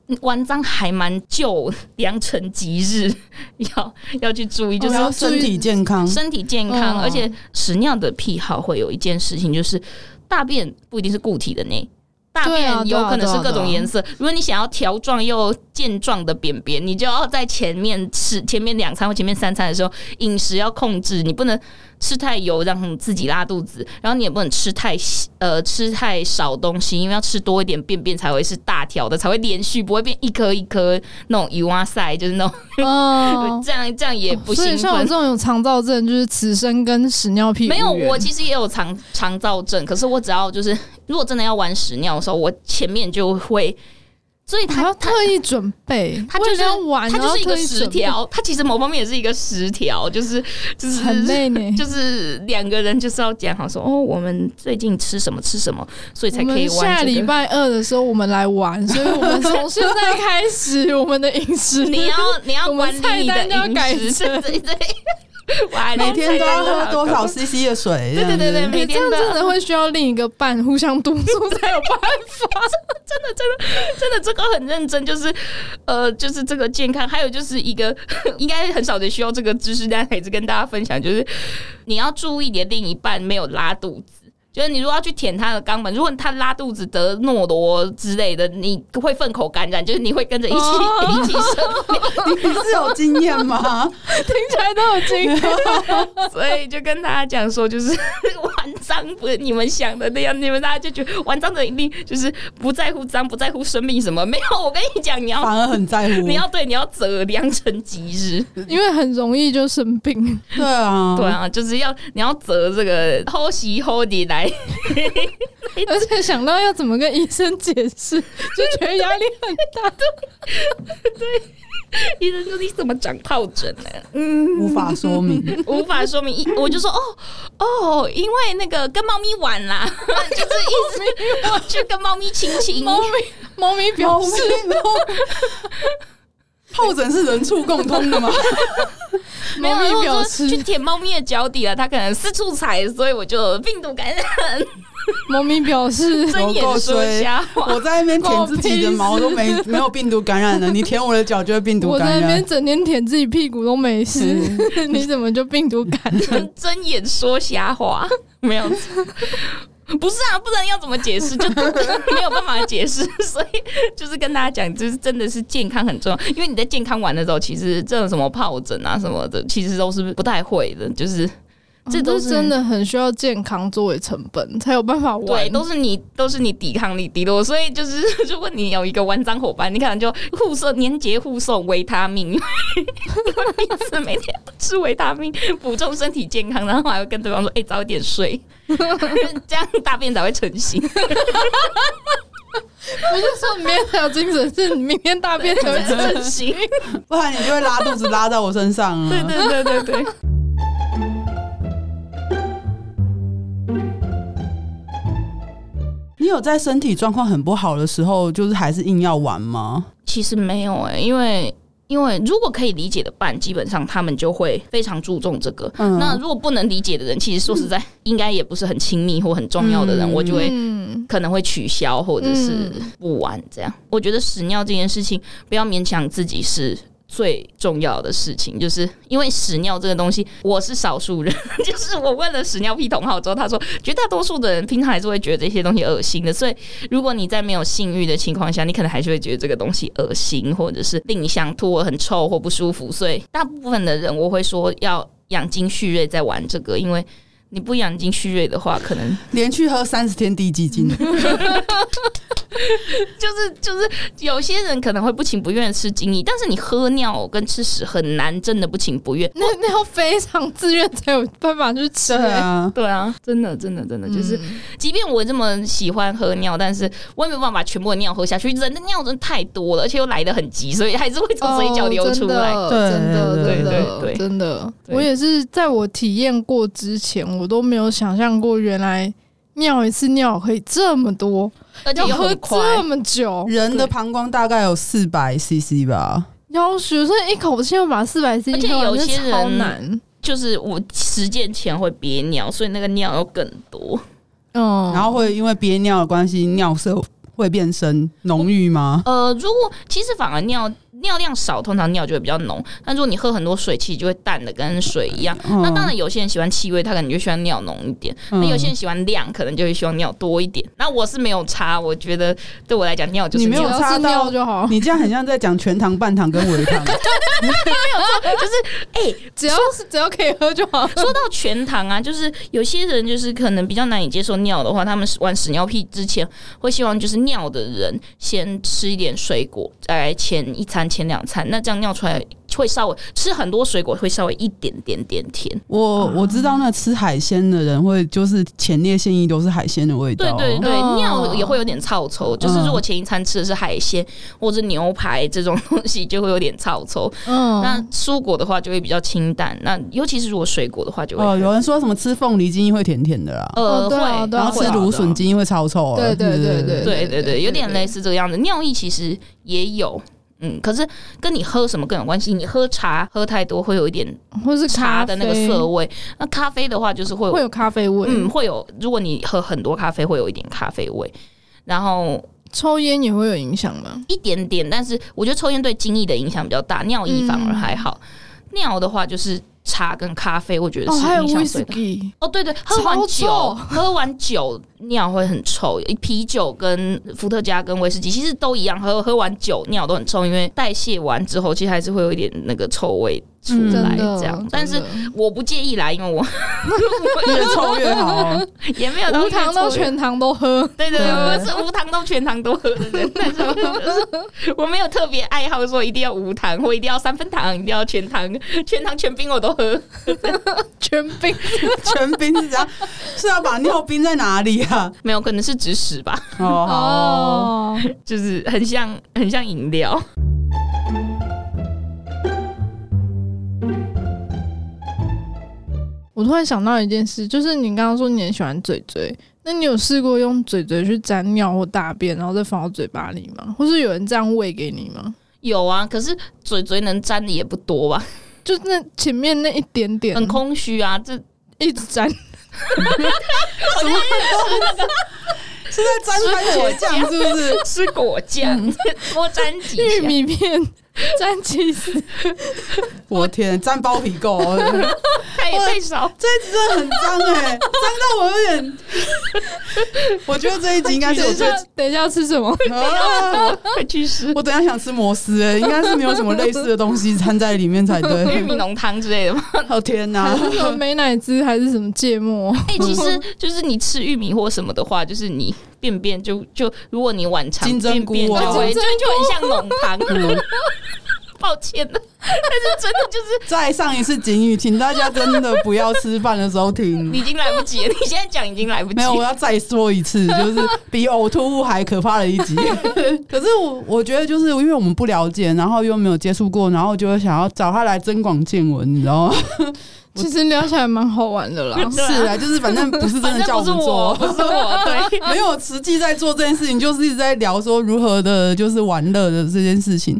呃玩脏还蛮就良辰吉日， 要要去注 意，就就是是要身体健康，身体健康。哦而且屎尿的癖好会有一件事情，就是大便不一定是固体的呢，大对啊便对有啊可能对是啊各种对啊颜色。如果你想要条状又健壮的便便，你就要在前面吃前面两餐或前面三餐的时候，饮食要控制，你不能吃太油让自己拉肚子，然后你也不能吃太细呃吃太少东西，因为要吃多一点便便才会是大条的，才会连续不会变一颗一颗那种鱼蛙塞，就是那种、嗯 这样这样哦也不所以兴像我奋这。种有肠燥症，就是此生跟屎尿屁无没有，缘我其实也有肠肠燥症，可是我只要就是，如果真的要玩屎尿的时候，我前面就会，所以还他要特意准备，他就为是了要玩，它然就后是一个特意十准备条，它其实某方面也是一个十条，就是就是很累呢。 就是两个人就是要讲好说哦，我们最近吃什么吃什么，所以我才可们以下玩礼这个。拜二的时候，我们来玩，所以我们 从现在开始，我们的饮食你要你要 我们管菜理你的单要改饮食，正对对对， 我还每天都要喝 多少对 CC 的水？对对这对，样子每你这天样都真的会需要另一个伴互相督促 才有办法。真的这个很认真，就是呃，就是这个健康，还有就是一个 应该很少人需要这个知识，但还是跟大家分享，就是你要注意你的另一半没有拉肚子。就是你如果要去舔他的肛门，如果他拉肚子得诺罗之类的，你会粪口感染，就是你会 跟着一起、哦一起生你 是有经验吗？听起来都有经验，病，所以就跟大家讲说，就是玩脏不是你们想的那样，你们大家就觉得玩脏的一定就是不在乎脏，不在乎生命什么没有。我跟你讲，你要反而很在乎。你要对你要择良辰吉日，因为很容易就生病。对啊，哦对啊，就是要你要择这个偷袭 hold 来，而且想到要怎么跟医生解释，就觉得 压力很大。医生说你怎么长疱疹呢、无法说明。 无法说明，我就说哦哦，因为那个跟猫咪玩啦，啊就 是一直去跟猫咪亲亲，猫咪，猫咪表猫咪示，疱疹是人畜共通的吗？没猫有咪我表说示去，舔猫咪的脚底啊，它可能四处踩，所以我就病毒感 染，猫咪表示，睁眼说瞎话。我在那边舔自己的毛都没没有病毒感染了，你舔我的脚就会病毒我感在那染边。整天舔自己屁股都没事， 你怎么就病毒感染？睁眼说瞎话， 没有。不是啊，不然要怎么解释？就 没有办法解释， 所以就是跟大家讲，就是真的是健康很重要。因为你在健康玩的时候，其实这种什么疱疹啊什么的，其实都是不太会的，就是这都是是真的很需要健康作为成本才有办法玩。 对，都是你都是你抵抗力低落，所以就是 如果你有一个玩脏伙伴，你可能就互送年节互送维他命， 因为因为彼此每天都吃维他命，补充身体健康，然后还要跟对方说：“哎、早一点睡， 这样大便才会成型。不是说你明天才有精神，是你明天大便 才”会成成。型，不然你就会拉肚子拉到我身上啊！ 对对对对对。你有在身体状况很不好的时候，就是还是硬要玩吗？其实没有哎、因为。因为如果可以理解的伴，基本上他们就会非常注重这个。嗯那如果不能理解的人，其实说实在，应该也不是很亲密或很重要的人，嗯我就会嗯，可能会取消或者是不玩这样。我觉得屎尿这件事情，不要勉强自己是。最重要的事情就是因为屎尿这个东西，我是少数人。 就是我问了屎尿屁同好之后，他说绝大多数的人平常还是会觉得这些东西恶心的。所以如果你在没有性欲的情况下，你可能还是会觉得这个东西恶心，或者是令你想吐、或很臭或不舒服。所以大部分的人我会说要养精蓄锐再玩这个，因为你不养精蓄锐的话，可能连续喝三十天低基 精，啊就是就是有些人可能会不情不愿地吃精液，但是你喝尿跟吃屎很难，真的不情不愿。那那要非常自愿才有办法去吃、对啊，对啊，真的真的真的欸，就是，即便我这么喜欢喝尿，但是我也没有办法把全部的尿喝下去，人的尿真的太多了，而且又来的很急，所以还是会从嘴角流出来。哦对真的，对真的，真的，对对对真的。对我也是在我体验过之前，我都没有想象过，原来尿一次尿可以这么多，而且要又喝很快。这么久。人的膀胱大概有四百 CC 吧。要学生一口气要把四百 cc 而且喝完，有这些人超难。就是我实践前会憋尿，所以那个尿又更多。嗯，然后会因为憋尿的关系，尿色会变深浓郁吗？呃，如果其实反而尿尿量少，通常尿就会比较浓。但如果你喝很多水，其实就会淡的跟水一样。哦嗯那当然，有些人喜欢气味，他可能就喜欢尿浓一点；那有些人喜欢量，可能就会希望尿多一点。那我是没有差，我觉得对我来讲，尿就是你没 有只尿要差是到尿就好，你这样很像在讲全糖、半糖跟微糖。就是哎、 只要是只要可以喝就好。说到全糖啊，就是有些人就是可能比较难以接受尿的话，他们玩屎尿屁之前会希望就是尿的人先吃一点水果，在前一餐、前两餐，那这样尿出来会稍微吃很多水果，会稍微一点点点甜。我我知道那吃海鲜的人会就是前列腺液都是海鲜的味对道。对对，哦尿也会有点臭臭，就是嗯如果前一餐吃的是海鲜或者牛排这种东西，就会有点臭臭。嗯，那蔬果的话就会比较清淡，那尤其是如果水果的话就会哦，有人说什么吃凤梨精英会甜甜的啦，呃哦对啊会，对啊然后会吃芦笋精英会超臭啊。对对对对对对对，有点对类似这个样子。尿意其实也有，嗯，可是跟你喝什么更有关系。你喝茶喝太多会有一点或是茶的那个涩色味，那咖啡的话就是会有，会有咖啡味，嗯，会有。如果你喝很多咖啡，会有一点咖啡味，然后抽烟也会有影响吗？一点点。但是我觉得抽烟对精液的影响比较大，尿意反而还好。尿的话就是茶跟咖啡，我觉嗯得哦，是还有影响最大。 whisky，哦，对对，喝完超酒，臭喝完酒尿会很臭。啤酒跟伏特加跟威士忌其实都一样，喝喝完酒尿都很臭，因为代谢完之后，其实还是会有一点那个臭味出嗯来真的这样。真的但是我不介意啦，因为 我越臭越好啊。 也没有到无糖越臭到越全嗯糖都 喝，对对对，我对是无糖到全糖都喝的人，但是我就是我没有特别爱好说一定要无糖或一定要三分糖，一定要全糖， 全糖全冰我都喝。 全冰。全冰是怎样？是要把尿冰在哪里啊？没有，可能是指使吧，哦，好哦哦，就是很像很像饮料。我突然想到一件事，就是你刚刚说你很喜欢嘴嘴，那你有试过用嘴嘴去沾尿或大便，然后再放到嘴巴里吗？或是有人这样喂给你吗？有啊，可是嘴嘴能沾的也不多吧，就那前面那一点点，很空虚啊。这一直沾，是在沾番茄酱是不哦是？吃果酱， 多沾几玉下。米片，沾起 司，我天，沾包皮垢，它也太少，这一集真的很脏哎、脏 到我有点。我觉得这一集应该是等我一最下，等一下要吃什么？啊，快去吃 我等一下想吃摩斯哎、应该是没有什么类似的东西掺在里面才 玉对。 米浓汤之类的嘛。哦天哪、还是 什么美乃滋，还是什么芥 末？哎、其实就是你吃玉米或什么的话，就是你便便就就，如果你晚肠金针便菇便就啊会就金针就很像浓汤。 嗯抱歉了，但是真的就是再上一次警语，请大家真的不要吃饭的时候你听。已经来不及了， 你现在讲已经来不及没了。有，我要再说一次，就是比呕吐物还可怕的一 集。可是我我觉得，就是因为我们不了解，然后又没有接触过，然后就会想要找他来增广见闻，你知道吗？其实聊起来蛮好玩的啦。对啊是啊，就是反正不是真反的叫正我不是们我，做 啊不。是 我，对。没有实际在做这件事情，就是一直在聊说如何的，就是玩乐的这件事情。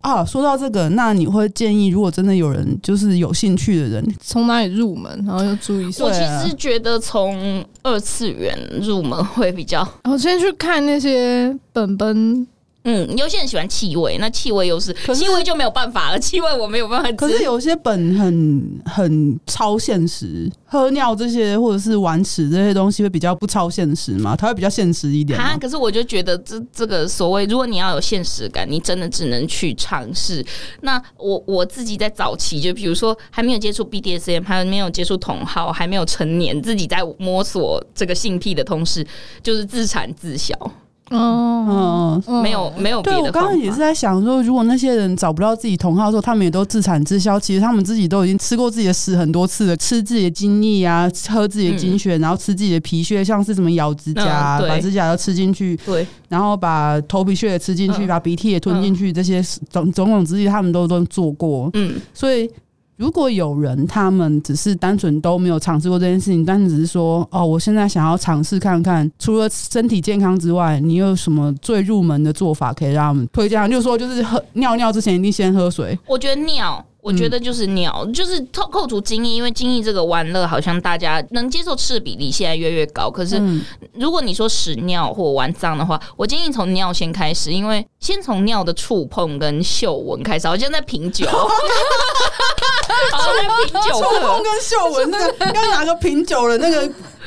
啊，说到这个，那你会建议，如果真的有人就是有兴趣的人，从哪里入门，然后要注意什么？我其对啊实觉得从二次元入门会比较，我先去看那些本本，嗯，有些人喜欢气味，那气味又是可是气味就没有办法了，气味我没有办法吃。可是有些本很很超现实，喝尿这些或者是玩屎这些东西会比较不超现实嘛？它会比较现实一点吗啊，可是我就觉得这这个所谓，如果你要有现实感，你真的只能去尝试。那我我自己在早期，就比如说还没有接触 BDSM，还没有接触同好，还没有成年，自己在摸索这个性癖的同时，就是自产自销，哦，嗯，嗯没有。没有别对，的我方法。刚刚也是在想说，如果那些人找不到自己同号的时候，他们也都自产自销。其实他们自己都已经吃过自己的屎很多次了，吃自己的精液啊，喝自己的精血，然后吃自己的皮屑，像是什么咬指甲啊、嗯嗯对把指甲都吃进去，对，然后把头皮屑也吃进去，嗯把鼻涕也吞进去，这些种种种之类，他们都都做过。嗯，所以，如果有人他们只是单纯都没有尝试过这件事情，但只是说哦，我现在想要尝试看看，除了身体健康之外，你有什么最入门的做法可以让他们推荐？就说就是喝尿尿之前一定先喝水，我觉得尿我觉得就是尿，嗯就是扣扣除精益，因为精益这个玩乐好像大家能接受吃的比例现在越来越高。可是嗯如果你说屎尿或玩脏的话，我建议从尿先开始，因为先从尿的触碰跟嗅闻开始，好像在 品酒，好像在品酒秋课风。跟秀文那个要拿个品酒的那个，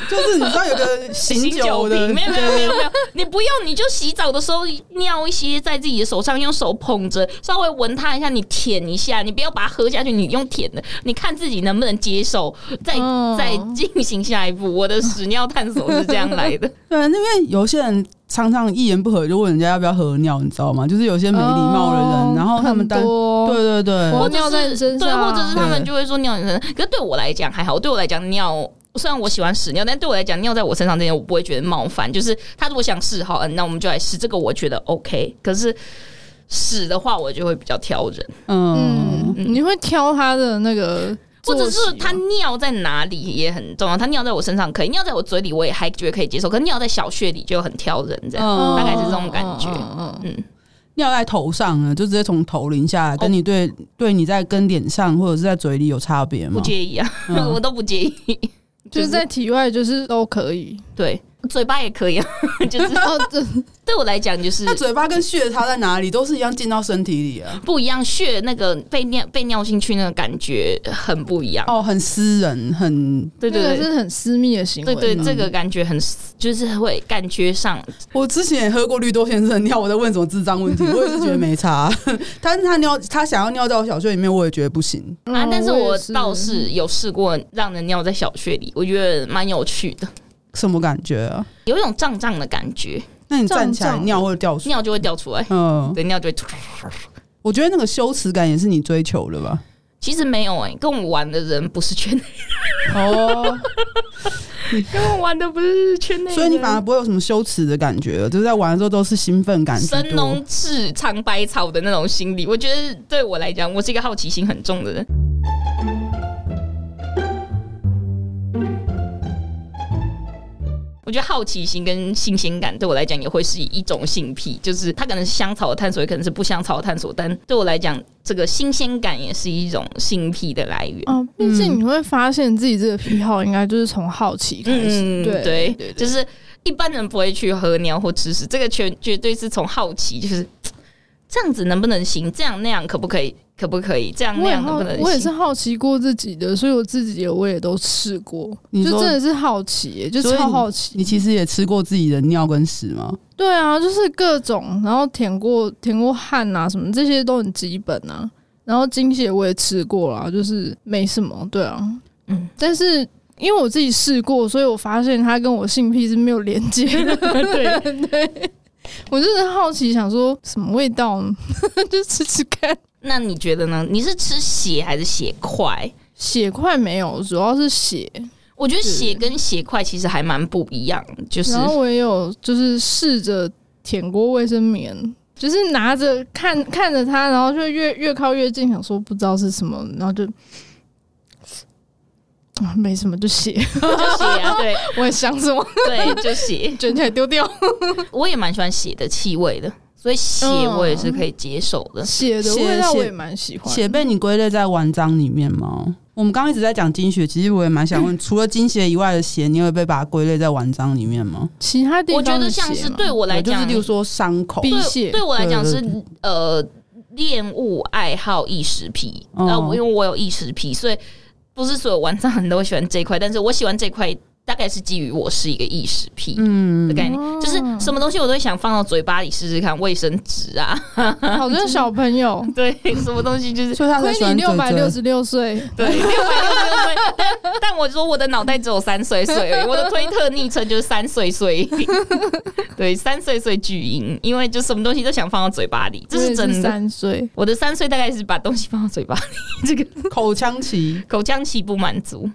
就是你知道有个醒酒的，瓶，没有没有没有没有，你不用，你就洗澡的时候尿一些在自己的手上，用手捧着，稍微闻它一下，你舔一下，你不要把它喝下去，你用舔的，你看自己能不能接受，再、哦嗯再进行下一步。我的屎尿探索是这样来的，对，因为有些人常常一言不合就问人家要不要喝尿，你知道吗？就是有些没礼貌的人，然后他们单很，多对对对，我或尿在者你是身上对，或者是他们对就会说尿你身上，可是对我来讲还好，对我来讲尿。虽然我喜欢屎尿，但对我来讲，尿在我身上这件我不会觉得冒犯。就是他如果想试，好，嗯，那我们就来试这个，我觉得 OK。可是屎的话，我就会比较挑人。嗯嗯，你会挑他的那个或作息吗，者是他尿在哪里也很重要，他尿在我身上可以，尿在我嘴里我也还觉得可以接受，可是尿在小穴里就很挑人这样。嗯大概是这种感觉嗯嗯嗯，尿在头上呢，就直接从头淋下来，跟你对对你在跟脸上或者是在嘴里有差别不吗？介意啊，嗯 我都不介意。嗯就是在体外就是都可以。对，嘴巴也可以啊，就是哦，对， 对我来讲就是那嘴巴跟血差在哪里？都是一样进到身体里啊。不一样，血那个被尿被尿进去那个感觉很不一样。哦，很私人，很对对那对个是很私密的行为。对对，嗯这个感觉很就是会感觉上我之前也喝过绿豆先生的尿，我在问什么智障问题，我也是觉得没差。 但是他尿，他想要尿在我小穴里面，我也觉得不行。嗯啊，但是我也是倒是有试过让人尿在小穴里，我觉得蛮有趣的，什么感觉啊？有一种胀胀的感觉，那你站起来胀胀尿会掉出来？尿就会掉出来。嗯，对，尿就会吐。我觉得那个羞耻感也是你追求的吧？其实没有哎、跟我玩的人不是圈内，哦，跟我玩的不是圈内 人，所以你反而不会有什么羞耻的感觉了，就是在玩的时候都是兴奋感居多。神农氏尝百草的那种心理，我觉得对我来讲，我是一个好奇心很重的人。我觉得好奇心跟新鲜感对我来讲也会是一种性癖，就是它可能是香草的探索，也可能是不香草的探索，但对我来讲，这个新鲜感也是一种性癖的来源。哦，毕竟你会发现自己这个癖好应该就是从好奇开始。嗯对嗯对对，就是是一般人不会去喝尿或吃屎，这个全绝对是从好奇，就是嘖这样子能不能行，这样那样可不可以，可不可以，这样我那也样能好不能，我也是行？好奇过自己的，所以我自己的我也都试过，你就说真的是好奇耶，就所以超好奇。你其实也吃过自己的尿跟屎吗？对啊，就是各种，然后舔过舔过汗啊，什么这些都很基本啊。然后精血我也吃过啦，就是没什么，对啊，嗯嗯。但是因为我自己试过，所以我发现它跟我性癖是没有连接的。 对对，我就是好奇，想说什么味道呢， 就吃吃看。那你觉得呢？你是吃血还是血块？血块没有，主要是血。我觉得是血跟血块其实还蛮不一样，就是然后我也有就是试着舔过卫生棉，就是拿着看看着它，然后就越越靠越近，想说不知道是什么，然后就。啊，没什么，就血。 就血啊，对 我也想什么，对，就血。卷起来丢 掉。我也蛮喜欢血的气味的，所以血嗯我也是可以接受的。血的血味道血我也蛮喜欢。血被你归类在玩章里面吗？我们刚刚一直在讲经血，其实我也蛮想问，除了经血以外的血，你会被把它归类在玩章里面吗？其他地我方觉得的血像是吗 对我来就是讲，例如说伤口，鼻对血对我来讲是对呃恋物爱好异食癖，哦呃，我因为我有异食癖，所以不是所有玩上人都会喜欢这一块，但是我喜欢这一块大概是基于我是一个异食癖。的嗯，概念哦就是什么东西我都会想放到嘴巴里试试看，卫生纸啊，，好像小朋友对，什么东西就是所以他才亏喜你欢六百嘴六嘴 十六岁，对六百六十六岁，但但我说我的脑袋只有三岁岁而已，我的推特昵称就是三岁岁，对，三岁岁巨婴，因为就什么东西都想放到嘴巴里，这我是也真的。三岁。我的三岁大概是把东西放到嘴巴 里，这个口腔期，口腔期不满足。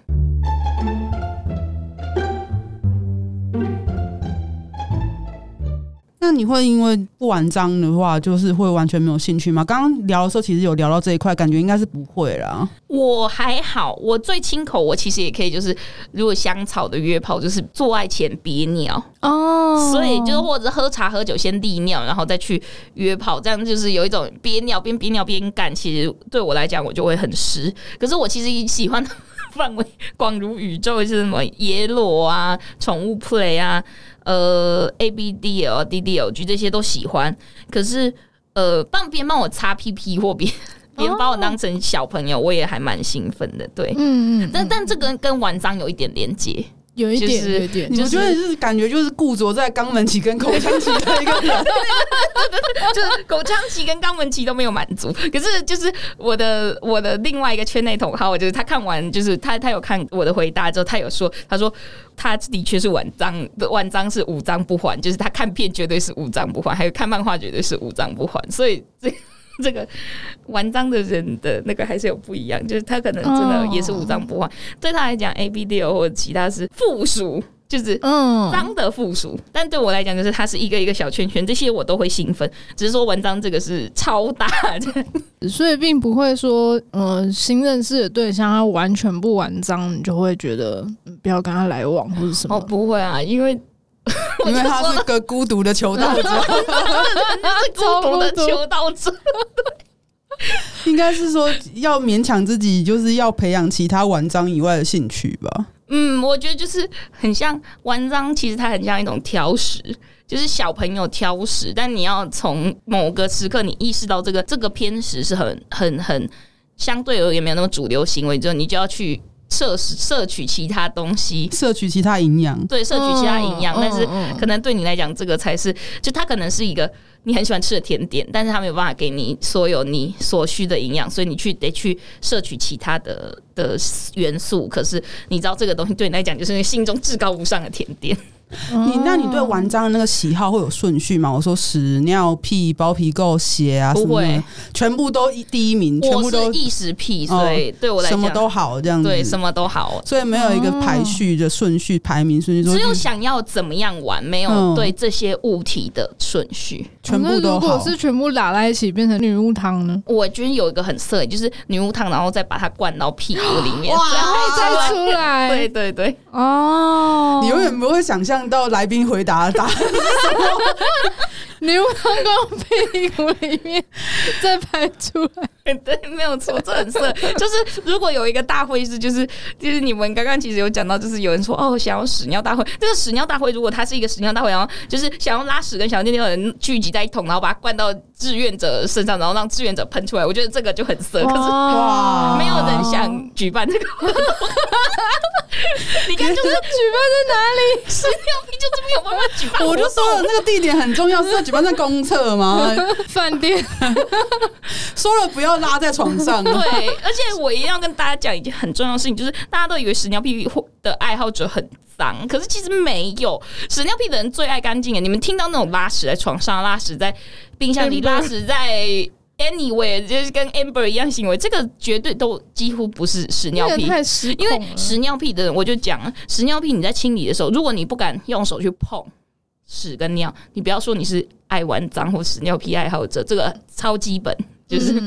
那你会因为不玩脏的话，就是会完全没有兴趣吗？刚刚聊的时候，其实有聊到这一块，感觉应该是不会啦。我还好，我最亲口，我其实也可以，就是如果香草的约炮，就是做爱前憋尿，哦，所以就是或者喝茶喝酒先利尿，然后再去约炮，这样就是有一种憋尿边憋尿边干。其实对我来讲，我就会很湿。可是我其实喜欢的范围广如宇宙，是什么野裸啊、宠物 play 啊、呃 ABDL、DDLG 这些都喜欢。可是呃，帮别人帮我擦屁屁或别 别人把我当成小朋友，我也还蛮兴奋的。对，嗯嗯，但但这个跟玩脏有一点连接。有一点就是有一点，你就们是觉得是感觉就是固着在肛门期跟口腔期的一个人，就是口腔期跟肛门期都没有满足。可是就是我的我的另外一个圈内同好，就是他看完，就是他他有看我的回答之后，他有说，他说他的确是晚脏，晚脏是五脏不还，就是他看片绝对是五脏不还，还有看漫画绝对是五脏不还，所以这。这个玩脏的人的那个还是有不一样，就是他可能真的也是五脏不还对他来讲，A B D O 或者其他是附属，就是嗯，脏的附属，但对我来讲，就是它是一个一个小圈圈，这些我都会兴奋。只是说文章这个是超大的，所以并不会说，呃，新认识的对象他完全不玩脏，你就会觉得嗯不要跟他来往或者什么。哦，不会啊， 因为因为他是个孤独的求道者，哦是孤独的求道者，应该是说要勉强自己，就是要培养其他玩脏以外的兴趣吧。嗯，我觉得就是很像玩章，其实它很像一种挑食，就是小朋友挑食，但你要从某个时刻你意识到这个这个偏食是很很很相对而言没有那么主流行为之后，你就要去摄食摄取其他东西，摄取其他营养，对，摄取其他营养，嗯但是嗯可能对你来讲，这个才是就它可能是一个你很喜欢吃的甜点，但是它没有办法给你所有你所需的营养，所以你去得去摄取其他的的呃元素。可是你知道这个东西对你来讲就是你心中至高无上的甜点。哦你那你对玩脏的那个喜好会有顺序吗？我说屎尿屁包皮垢鞋啊，不什么会的，全部都一第一名， 全部我都哦是异食癖，所以对我来什讲，么都好这样子，对什么都好。所以没有一个排序的顺序、排名顺序，说只有想要怎么样玩，没有嗯对这些物体的顺序。全部那都如果好。是全部打在一起变成女巫汤呢？我觉得有一个很色，就是女巫汤，然后再把它灌到屁股里面，哇哎再再出出来，来对对对， 哦，你永远不会想象到来宾回答的答案，女巫汤到屁股里面再排出来，对，没有错，这很色。就是如果有一个大会是，就是就是你们刚刚其实有讲到，就是有人说哦，想要屎尿大会，这个屎尿大会如果它是一个屎尿大会，然后就是想要拉屎跟小尿尿的人聚集在一桶，然后把它灌到志愿者身上，然后让志愿者喷出来，我觉得这个就很色。可哦是哇 没有人想举办这个活动， 你看就是举办在哪里？屎尿屁就是没有办法举办活动，我就说了那个地点很重 要，是要举办在公厕吗？饭店说了不要拉在床啊上，对，而且我一定要跟大家讲一件很重要的事情，就是大家都以为屎尿屁的爱好者很脏，可是其实没有，屎尿屁的人最爱干净的。你们听到那种拉屎在床上、拉屎在冰箱里、 Amber 拉屎在 anywhere，就是跟 Amber 一样行为，这个绝对都几乎不是屎尿那个屁。太失因控为了。屎尿屁的人，我就讲了，屎尿屁你在清理的时候，如果你不敢用手去碰屎跟尿，你不要说你是爱玩脏或屎尿屁爱好者，这个超基本，就是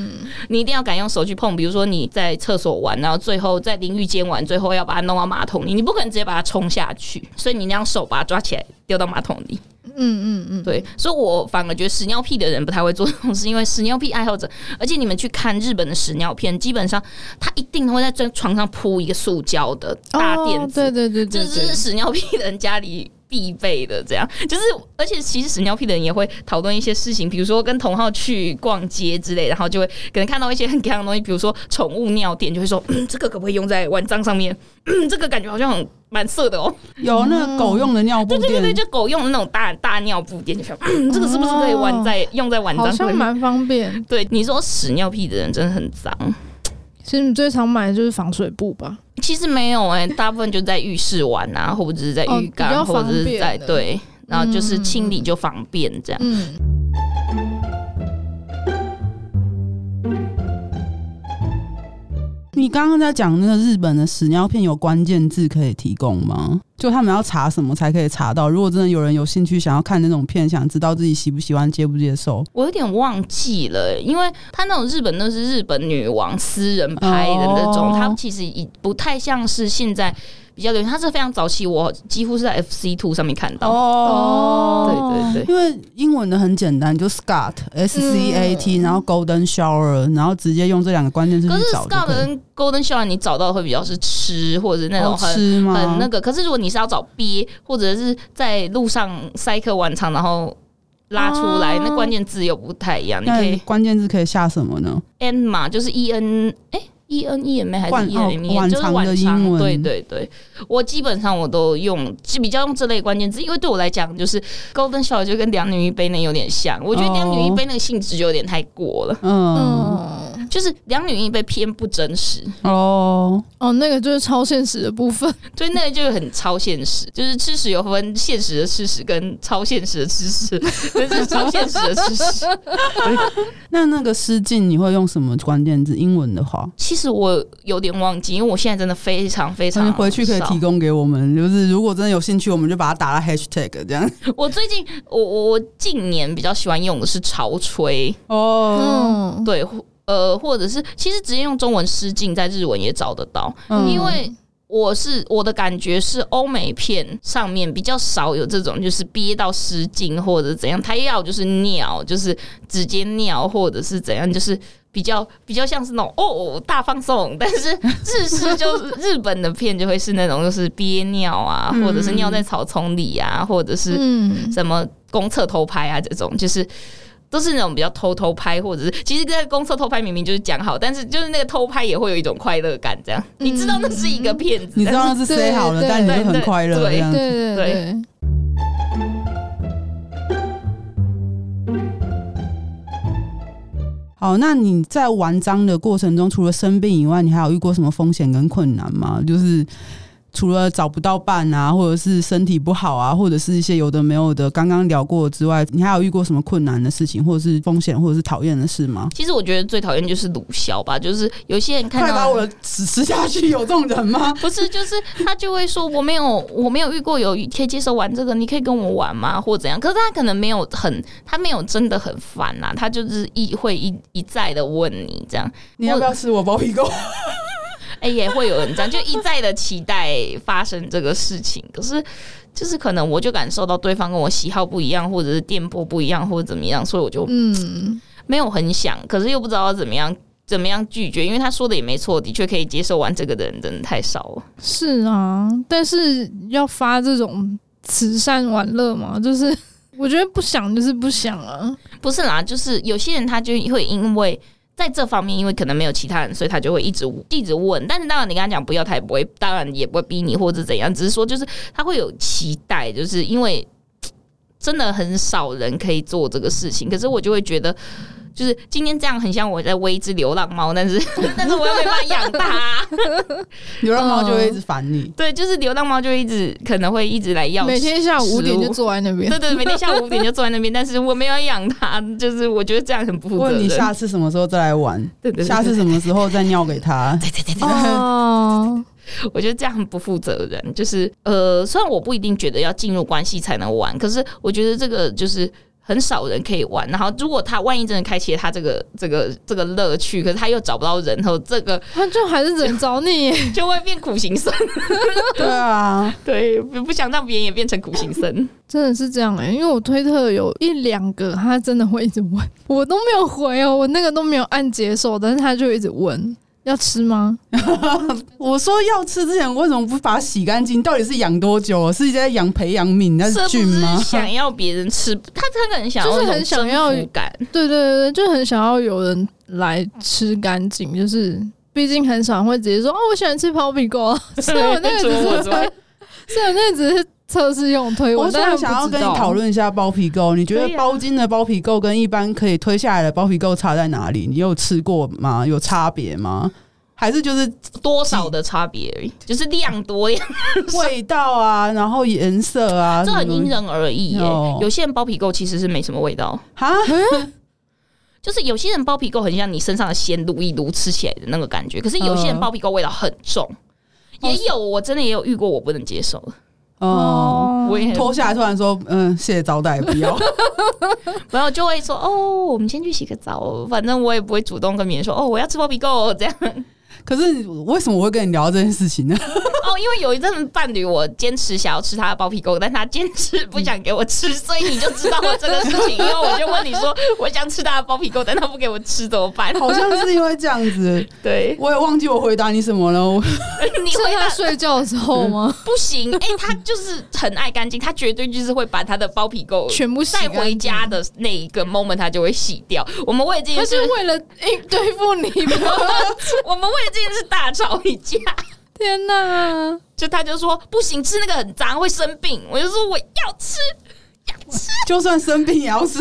你一定要敢用手去碰。比如说你在厕所玩，然后最后在淋浴间玩，最后要把它弄到马桶里，你不可能直接把它冲下去，所以你那样手把它抓起来丢到马桶里。嗯嗯嗯，对，所以我反而觉得屎尿屁的人不太会做这种事，因为屎尿屁爱好者，而且你们去看日本的屎尿片，基本上他一定会在这床上铺一个塑胶的大哦垫子，对对对对这是对，屎尿屁的人家里必备的，这样就是，而且其实屎尿屁的人也会讨论一些事情，比如说跟同号去逛街之类，然后就会可能看到一些很干的东西，比如说宠物尿垫，就会说，嗯，这个可不可以用在蚊帐上面？嗯，这个感觉好像很蛮色的哦。 有那个狗用的尿布对对对，垫，就狗用的那种大大尿布垫，就想，嗯，这个是不是可以玩在、用在蚊哦嗯好帐像上面？蛮方便。对，你说屎尿屁的人真的很脏。其实你最常买的就是防水布吧？其实没有哎、大部分就在浴室玩啊，或者是在哦浴缸，比较或方者是便在的对，然后就是嗯清理就方便这样。嗯，你刚刚在讲那个日本的屎尿片有关键字可以提供吗？就他们要查什么才可以查到。如果真的有人有兴趣想要看那种片，想知道自己喜不喜欢、接不接受，我有点忘记了，欸因为他那种日本那是日本女王私人拍的那哦种，它其实已不太像是现在比较流行，它是非常早期，我几乎是在 FC Two 上面看到。哦对对因对，为英文的很简单，就 Scott S C A T，、然后 Golden Shower，然后直接用这两个关键字去嗯可是找就 Scott 可以跟 Golden Shower 你找到的会比较是吃或者是那种哦好很吃吗？很那个。可是如果你是要找鳖，或者是在路上塞客晚场，然后拉出来，哦那关键字又不太一样。你可那以关键字可以下什么呢？ N 嘛，就是 E N 哎、E N E M 还晚是 E N 哦 M，就是晚长的晚英长。文对对对，我基本上我都用，就比较用这类关键字，因为对我来讲，就是 Golden Shower 就跟两女一杯那有点像，我觉得哦两女一杯那个性质就有点太过了，嗯，嗯，就是两女一杯偏不真实，哦，哦，那个就是超现实的部分。所以那就很超现实，就是吃屎有分现实的吃屎跟超现实的吃 屎，这是超现实的吃屎。那那个失禁你会用什么关键字？英文的话，其实我有点忘记，因为我现在真的非常非那常你嗯回去可以少提供给我们，就是如果真的有兴趣，我们就把它打在 hashtag 这样。我最近，我我我近年比较喜欢用的是潮吹，哦，嗯，对，或呃，或者是其实直接用中文诗境，在日文也找得到，嗯因为。我是我的感觉是欧美片上面比较少有这种，就是憋到失禁或者怎样，他要就是尿，就是直接尿或者是怎样，就是比较比较像是那种哦大放送，但是日式就是日本的片就会是那种就是憋尿啊，或者是尿在草丛里啊，或者是嗯，什么公厕偷拍啊这种，就是都是那种比较偷偷拍，或者是其实在公厕偷拍明明就是讲好，但是就是那个偷拍也会有一种快乐感，这样、你知道那是一个骗子，嗯你知道但那是是谁好了，对但你就很快乐这对样对子。对对对，好，那你在玩章的过程中，除了生病以外，你还有遇过什么风险跟困难吗？就是除了找不到伴啊，或者是身体不好啊，或者是一些有的没有的，刚刚聊过之外，你还有遇过什么困难的事情，或者是风险，或者是讨厌的事吗？其实我觉得最讨厌就是鲁枭吧，就是有些人看快把到我的屎吃下去，有这种人吗？不是，就是他就会说我没有，我没有遇过有可以接受玩这个，你可以跟我玩吗？或怎样？可是他可能没有很，他没有真的很烦呐、他就是一会一一再的问你这样，你要不要吃我包 皮狗？哎、也会有人这样，就一再的期待发生这个事情，可是就是可能我就感受到对方跟我喜好不一样，或者是电波不一样，或者怎么样，所以我就嗯，没有很想，可是又不知道怎么样怎么样拒绝，因为他说的也没错，的确可以接受玩这个的人真的太少了。是啊，但是要发这种慈善玩乐嘛，就是 我觉得不想就是不想啊，不是啦，就是有些人他就会因为。在这方面，因为可能没有其他人，所以他就会一直一直问。但是当然，你跟他讲不要，他也不会，当然也不会逼你或者怎样，只是说就是他会有期待，就是因为真的很少人可以做这个事情。可是我就会觉得，就是今天这样很像我在喂一只流浪猫，但是 但是我又没办法 养它。流浪嗯猫就会一直烦你。对，就是流浪猫就一直可能会一直来要每吃天下午五点食物就坐在那边对，对，每天下午五点就坐在那边，但是我没有养它，就是我觉得这样很不负责问任。你下次什么时候再来玩？对对对下次什么时候再尿给 他？ 哦，我觉得这样很不负责任。就是呃，虽然我不一定觉得要进入关系才能玩，可是我觉得这个就是。很少人可以玩，然后如果他万一真的开启了他这个这个这个乐趣，可是他又找不到人，然后这个他啊就还是只能找你耶， 就会变苦行僧。 对啊，对，不不想让别人也变成苦行僧。真的是这样哎、因为我推特有一两个他真的会一直问，我都没有回哦，我那个都没有按接受，但是他就一直问要吃吗？我说要吃之前为什么不把它洗干净？到底是养多久？是在养培养皿，那是不菌吗是？想要别人吃？他他可能想要就是那种很想要征服感， 对对对，对就很想要有人来吃干净，就是毕竟很少人会直接说哦，我喜欢吃泡皮 狗，所以我那个只除了我是之外虽然那只是测试用推我文，突但然他想要们不跟知你道讨。论一下包皮垢，你觉对得啊包筋的包皮垢跟一般可以推下来的包皮垢差在哪里？你有吃过吗？有差别吗？还是 就是多少的差别而已，就是量多量味道啊，然后颜色啊，这什么很东西因人而异耶、有有些人包皮垢其实是没什么味道，哈，就是有些人包皮垢很像你身上的鲜撸一撸吃起来的那个感觉，可是有些嗯人哦包皮垢味道很重。也有，我真的也有遇过，我不能接受的。嗯，我也脱下来突然说，嗯，谢谢招待，不要。然后就会说哦，我们先去洗个澡，反正我也不会主动跟别人说哦，我要吃包皮 狗这样。可是为什么我会跟你聊这件事情呢？哦，因为有一阵伴侣我坚持想要吃他的包皮狗，但他坚持不想给 我吃，所以你就知道我这个事情。因为我就问你说我想吃他的包皮狗，但他不给我吃怎么办？好像是因为这样子，对，我也忘记我回答你什么了。我 你是回答他睡觉的时候吗？不行，哎、他就是很爱干净，他绝对就是会把他的包皮狗全部洗带干净回家的那一个 moment，他就会洗掉。我们为了这他件事是，为了应对付你吧？ 我们为了这件事大吵一架。天哪！就他就说不行，吃那个很脏会生病。我就说我要吃，就算生病也要吃。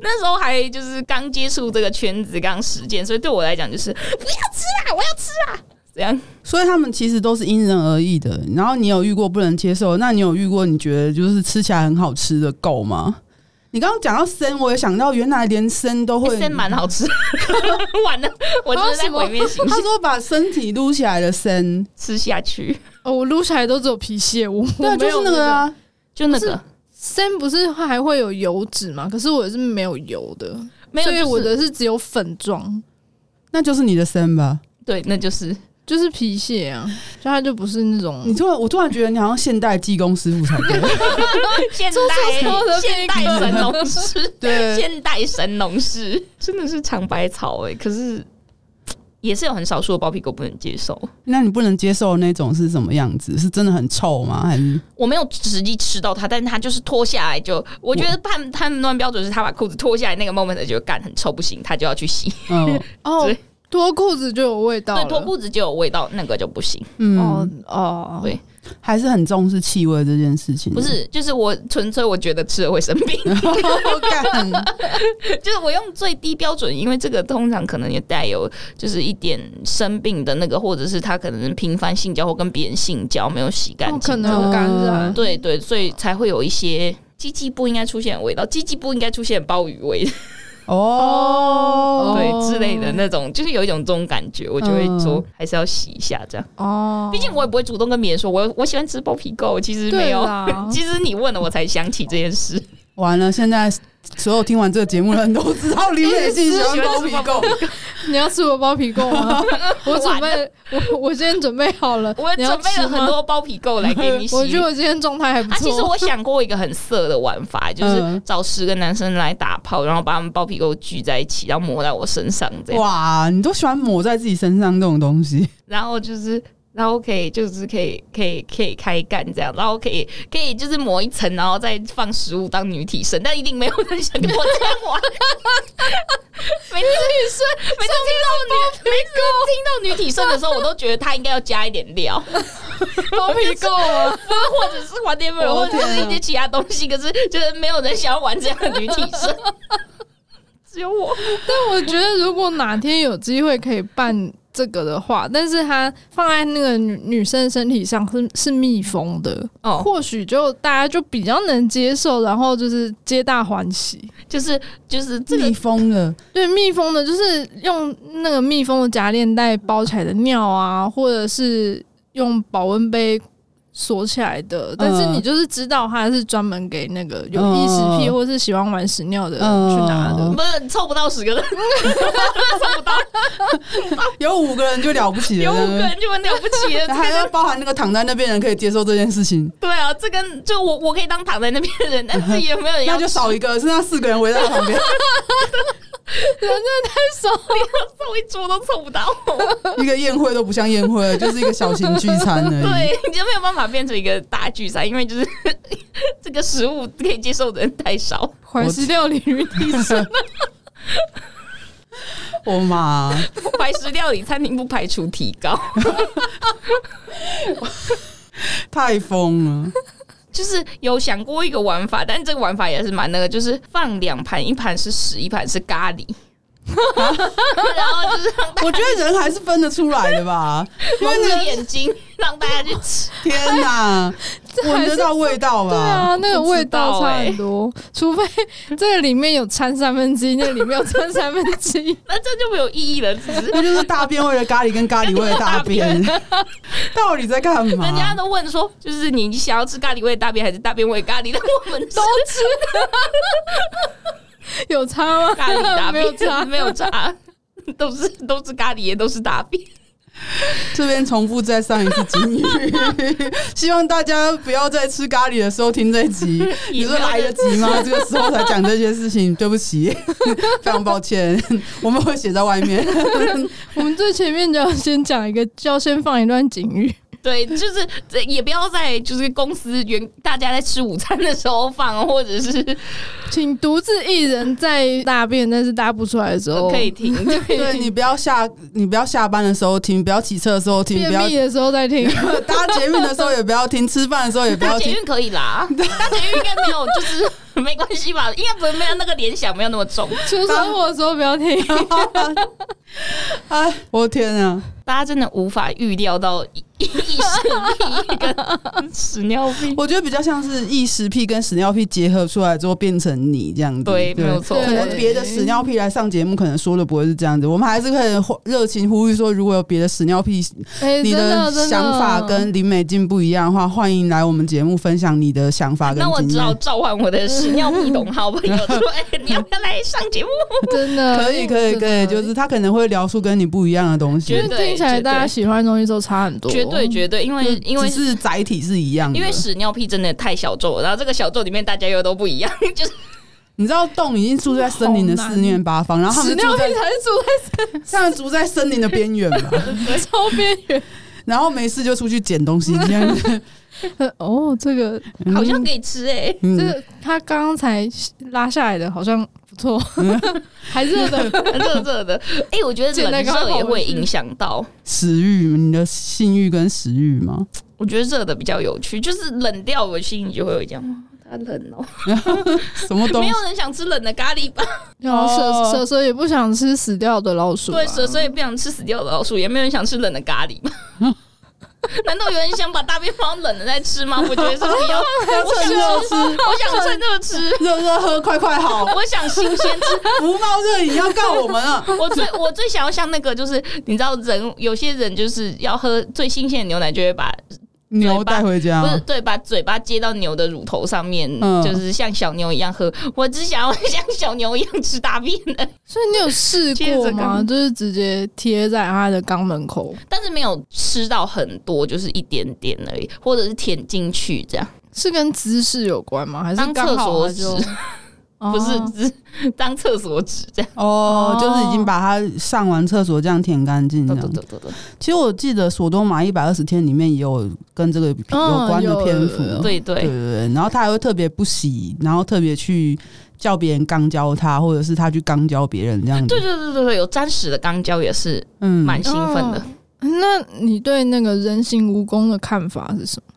那时候还就是刚接触这个圈子，刚实践，所以对我来讲就是不要吃啦，我要吃啦，这样。所以他们其实都是因人而异的。然后你有遇过不能接受，那你有遇过你觉得就是吃起来很好吃的狗吗？你刚刚讲到生，我也想到原来连生都会欸、生蛮好吃， 完了，我真的在毁灭性他说把身体撸起来的生，吃下去，哦，我撸起来都只有皮屑，我对啊，我没就有是那个啊。就那个三不是还会有油脂嘛？可是我是没有油的，没有，所以我就是的是只有粉状，那就是你的生吧？对，那就是就是皮屑啊，就它就不是那种你突然，我突然觉得你好像现代技工师傅才对。 现做代错错的现代那个神农 氏，对现代神农氏真的是尝百草哎、可是也是有很少数的包皮狗不能接受。那你不能接受的那种是什么样子？是真的很臭吗？还是我没有实际吃到它，但是它就是脱下来就，我觉得判判断标准是他把裤子脱下来那个 moment 就干很臭不行，他就要去洗。嗯哦对，脱裤子就有味道对，了。脱裤子就有味道，那个就不行。嗯，哦哦，对还是很重视气味这件事情。不是，就是我纯粹我觉得吃了会生病，干，就是我用最低标准，因为这个通常可能也带有就是一点生病的那个，或者是他可能频繁性交或跟别人性交没有洗干哦净可，能有感染。对对，所以才会有一些鸡鸡不应该出现的味道，鸡鸡不应该出现鲍鱼味。 哦，哦对之类的那种，就是有一种这种感觉，我就会说还是要洗一下这样。嗯哦，毕竟我也不会主动跟别人说我我喜欢吃包皮狗，其实没对有。啊啦 其实你问了我才想起这件事，完了，现在所有听完这个节目的人都知道李美静喜欢包皮狗， 你要吃我包皮够吗？ 我准备，我我今天准备好了，我你要准备了吃吗很。多包皮狗来给你 洗。我觉得我今天状态还不啊，其实错。我想过一个很色的玩法，就是嗯找十个男生来打炮，然后把他们包皮狗聚在一起，然后抹在我身上这样，哇，你都喜欢抹在自己身上这种东西，然后就是。然后可以就是可以可以可以开干这样，然后可以可以就是抹一层，然后再放食物当女体身，但一定没有人想跟我这样 玩。每次女生，每次听到女，每次听到女体身的时候，我都觉得她应该要加一点 料，包皮够啊， 或者是玩点美，我的或者天啊是一些其他东西。可是就是没有人想要玩这样的女体身， 只有我。但我觉得如果哪天有机会可以办这个的话，但是它放在那个女女生身体上是是密封的，哦，或许就大家就比较能接受，然后就是皆大欢喜。就是就是这个蜜蜂的对，密封的，就是用那个密封的夹链袋包起来的尿啊，或者是用保温杯锁起来的。但是你嗯就是知道它是专门给那个有异食癖嗯或是喜欢玩屎尿的人去拿的嗯。不是凑不到十个人，有五个人就了不起有了，五个人就很了不起了。这还个要包含那个躺在那边的人可以接受这件事情，对啊，这跟就我我可以当躺在那边的 人，但是也没有人要那就少一个，剩下四个人围在旁 边，凑一桌都凑不到，一个宴会都不像宴会，就是一个小型聚餐而已。对，你就没有办法变成一个大聚餐，因为就是 这个食物可以接受的人太少。怀石料理与你生， 我妈，怀石料理餐厅不排除提高， 太疯了！就是有想过一个玩法，但这个玩法也是蛮那个，就是放两盘，一盘是屎，一盘是咖喱。 然后就是让我觉得人还是分得出来的吧。因为蒙那着眼睛让大家去吃。天哪，闻得到味道对吧？啊，那个不知味道道差欸很多，除非这个里面有掺三分之一，那个里面有掺三分之一。 那这就没有意义了，只是。那就是大便味的咖喱跟咖喱味的大 便，到底在干嘛？人家都问说，就是你想要吃咖喱味大便还是大便味咖喱？但 我们都吃有差吗？咖喱大 没有差便，。没有差，都是都是咖喱，也都是大便。这边重复再上一次金鱼， 希望大家不要在吃咖喱的时候听这一集。你说来得及吗？这个时候才讲这些事情，对不起，非常抱歉，我们会写在外面。我们最前面就要先讲一个，就要先放一段警语。对，就是这也不要在就是公司员大家在吃午餐的时候放，或者是 请独自一人在大便，但是大不出来的时候，可以停。 对你不要下，你不要下班的时候听，不要骑车的时候听，便不要秘的时候再听。 搭捷运的时候也不要听，吃饭的时候也不搭要捷听。运可以 啦，搭捷运应该没有，就是 没关系吧？应该不会没有那个联想没有那么重。出车祸的时候不要听。 哎，我的天啊！大家真的无法预料到异异食癖跟 屎尿屁。我觉得比较像是异食癖跟屎尿屁结合出来之后变成你这样子，对，没有错。可能别的屎尿屁来上节目，可能说的不会是这样子。我们还是可以呼热情呼吁说，如果有别的屎尿屁，哎你真的真的想法跟林美静不一样的话，欢迎来我们节目分享你的想法跟哎那我经只好验。召唤我的 屎尿屁同好朋友说：“哎、 你要不要来上节目 真的 可以，可以，可以，就是他可能会聊出跟你不一样的东因西为绝，对听起来大家绝对喜欢的东西都差很？”多，绝对绝对，因为因为只是嗯载体是一样的。因为屎尿屁真的太小众了，然后这个小众里面大家又都不一 样，就是你知道，洞已经住在森林的四面八方，然后他屎们尿住屁才在是住在 他们住在森林的边缘嘛， 超边缘。然后没事就出去捡东西这样子。哦，这个好像可以吃哎、这嗯，个他刚才拉下来的好像不错，还热 的。 热热的。哎、我觉得冷热也会影响到。食欲，你的性欲跟食欲吗？我觉得热的比较有趣，就是冷掉，我心里就会有这样， 哇它冷哦，什么东没西有？人想吃冷的咖喱吧？然后哦蛇蛇蛇也不想吃死掉的老鼠啊，对，蛇所以不想吃死掉的老鼠，也没有人想吃冷的咖喱吧？ 难道有人想把大便放冷了再吃吗？我觉得是不 要，我想趁吃，热吃，我想趁热吃，热热喝，快快好！我想新鲜吃，福猫热饮要告我们了。我最我最想要像那个，就是你知道人有些人就是要喝最新鲜的牛奶，就会把、牛带回不是家，对，把嘴巴接到牛的乳头上面，嗯就是像小牛一样喝。我只想要像小牛一样吃大便的，所以你有试接过着吗？刚就是直接贴在他的肛门口，但是没有吃到很多，就是一点点而已，或者是舔进去这样，是跟姿势有关吗？还是当刚厕好所他纸就， 不是哦只当厕所纸这样。哦哦，就是已经把它上完厕所这样舔干净对这对样。对对对其实我记得《索多玛一百二十天》里面也有跟这个有关的篇幅，有对对对，对对，然后他还会特别不洗，然后特别去叫别人刚教他，或者是他去刚教别人这样子。对对对对对，有沾屎的肛交也是嗯，蛮兴奋的。那你对那个人形蜈蚣的看法是什么？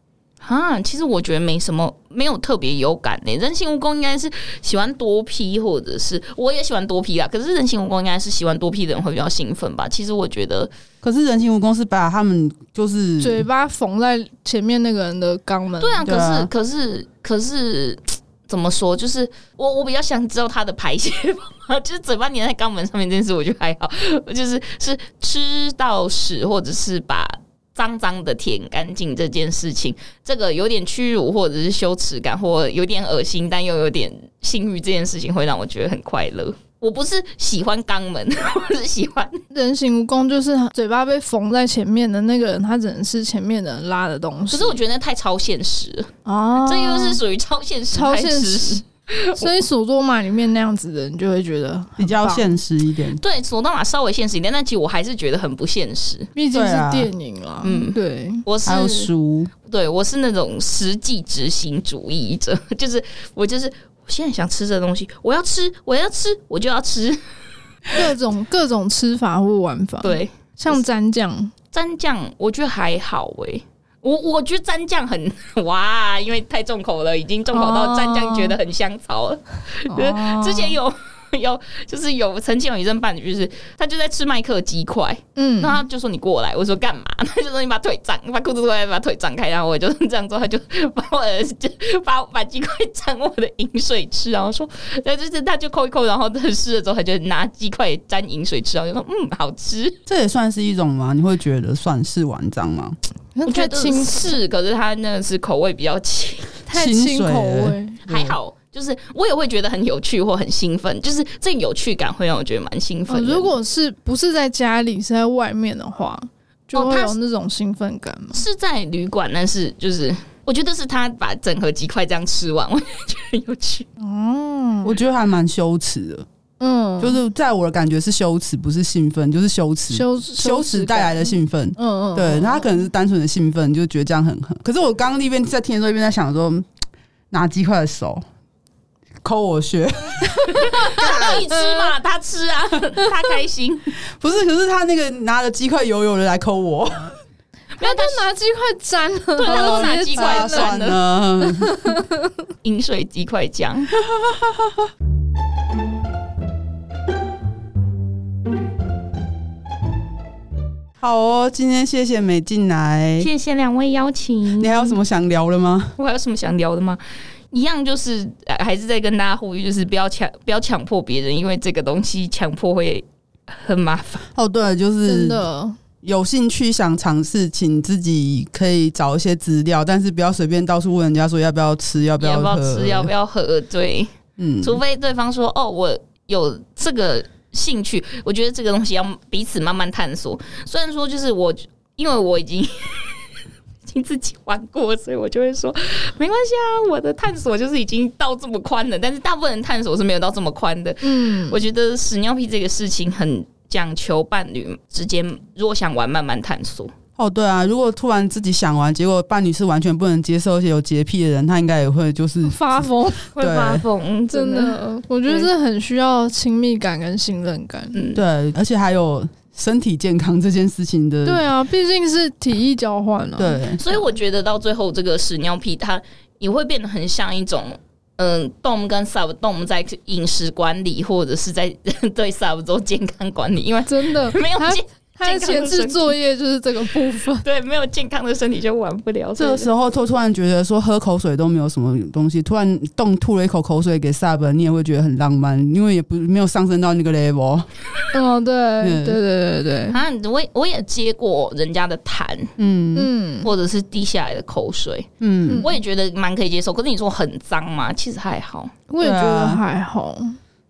啊，其实我觉得没什么，没有特别有感呢、人形蜈蚣应该是喜欢多批，或者是我也喜欢多批啦。啊可是人形蜈蚣应该是喜欢多批的人会比较兴奋吧？其实我觉得，可是人形蜈蚣是把他们就是嘴巴缝在前面那个人的肛门，嗯对啊，对啊可是可是可是怎么说？就是我我比较想知道它的排泄方法， 就是嘴巴粘在肛门上面这件事，我觉得还好。就是是吃到屎，或者是把。脏脏的舔干净这件事情，这个有点屈辱或者是羞耻感，或有点恶心，但又有点性欲，这件事情会让我觉得很快乐。我不是喜欢肛门， 我是喜欢人形蜈蚣就是嘴巴被缝在前面的那个人，他只能吃前面的人拉的东西。可是我觉得那太超现实了，哦，这又是属于超现实，超现太吃实屎。所以《索多玛》里面那样子的人就会觉得比较现，现实一点。对，索多玛稍微现实一点，但其实我还是觉得很不现实。毕竟对是啊电影啦。嗯嗯，对，我是还有书，对我是那种实际执行主义者， 就是我就是我现在想吃这东西，我要吃，我要吃，我就要吃。各种各种吃法或玩嗯法，，对，像蘸酱，蘸酱我觉得还好诶、我我觉得蘸酱很 哇，因为太重口了，已经重口到哦蘸酱觉得很香草了。哦 之前有有就是有曾经有一任伴侣，就是他就在吃麦克鸡块，嗯那他就说你过来，我说干嘛？ 他就说你把腿张，把裤子脱下来，把腿张开，然后我就这样做，他就把我的就把把鸡块沾我的饮水吃，然后说，那就是他就扣一扣，然后他试了之后，他就拿鸡块沾饮水吃，然后就说嗯好吃，这也算是一种吗？你会觉得算是玩章吗？那我觉太得清是，可是他那个是口味比较轻，太清清水口了味，还好。就是我也会觉得很有趣或很兴奋，就是这个有趣感会让我觉得蛮兴呃奋的、如果是不是在家里，是在外面的话，就哦会它有是那种兴奋感嘛？是在旅馆，但是就是我觉得是他把整盒鸡块这样吃完，我觉得很有趣。哦，我觉得还蛮羞耻的，嗯，就是在我的感觉是羞耻，不是兴奋，就是羞耻，羞羞耻带来的，兴奋。感嗯哦嗯，对，嗯那他可能是单纯的兴奋，就觉得这样很狠。可是我刚刚一边在听的时候，一边在想说，嗯拿鸡块的手抠我血，他可以吃 嘛，他吃啊，他开心。 不是？可是他那个拿着鸡块油油的来抠我，没有，他但都拿鸡块沾了，对 他都拿鸡块啊太算烂了了， 饮水鸡块酱。好哦，今天谢谢美进来。 谢谢两位邀请你。还有什么想聊的吗？我还有什么想聊的吗？一样就是呃还是在跟大家呼吁，就是不要强不要强迫别人，因为这个东西强迫会很麻烦。哦，对，就真是的，有兴趣想尝试，请自己可以找一些资料，但是不要随便到处问人家说要不要吃，要不要不要喝吃？要不要喝？对，嗯，除非对方说哦，我有这个兴趣，我觉得这个东西要彼此慢慢探索。虽然说就是我，因为我已经。 已经自己玩过，所以我就会说没关系啊，我的探索就是已经到这么宽了。但是大部分人探索是没有到这么宽的。嗯，我觉得屎尿屁这个事情很讲求伴侣之间，如果想玩，慢慢探索。哦，对啊，如果突然自己想完，结果伴侣是完全不能接受，而且有洁癖的人，他应该也会就是 发疯，会发疯，真真的。的，我觉得这很需要亲密感跟信任感。嗯，对，而且还有身体健康这件事情的，对啊，毕竟是体液交换啊。，对所以我觉得到最后，这个屎尿屁它也会变得很像一种。嗯，dom 跟 sub dom 在饮食管理，或者是在 对 sub 做健康管理，因为真的没有他 健。他的前置作业就是这个部分对没有健康的身体就玩不了。这个时候，候突突然觉得说喝口水都没有什么东西，突然动吐了一口口水给 sub，你也会觉得很浪漫，因为也不没有上升到那个 level。嗯，对， 嗯对对对对，啊，我也我也接过人家的痰，嗯嗯，或者是滴下来的口水，嗯，我也觉得蛮可以接受。可是你说很脏嘛，其实还好。我也对啊觉得还好。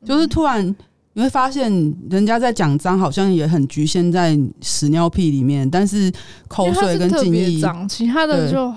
就是突然你会发现，人家在讲脏好像也很局限在屎尿屁里面，但是因口为它水是跟特精别液。脏，其他的对就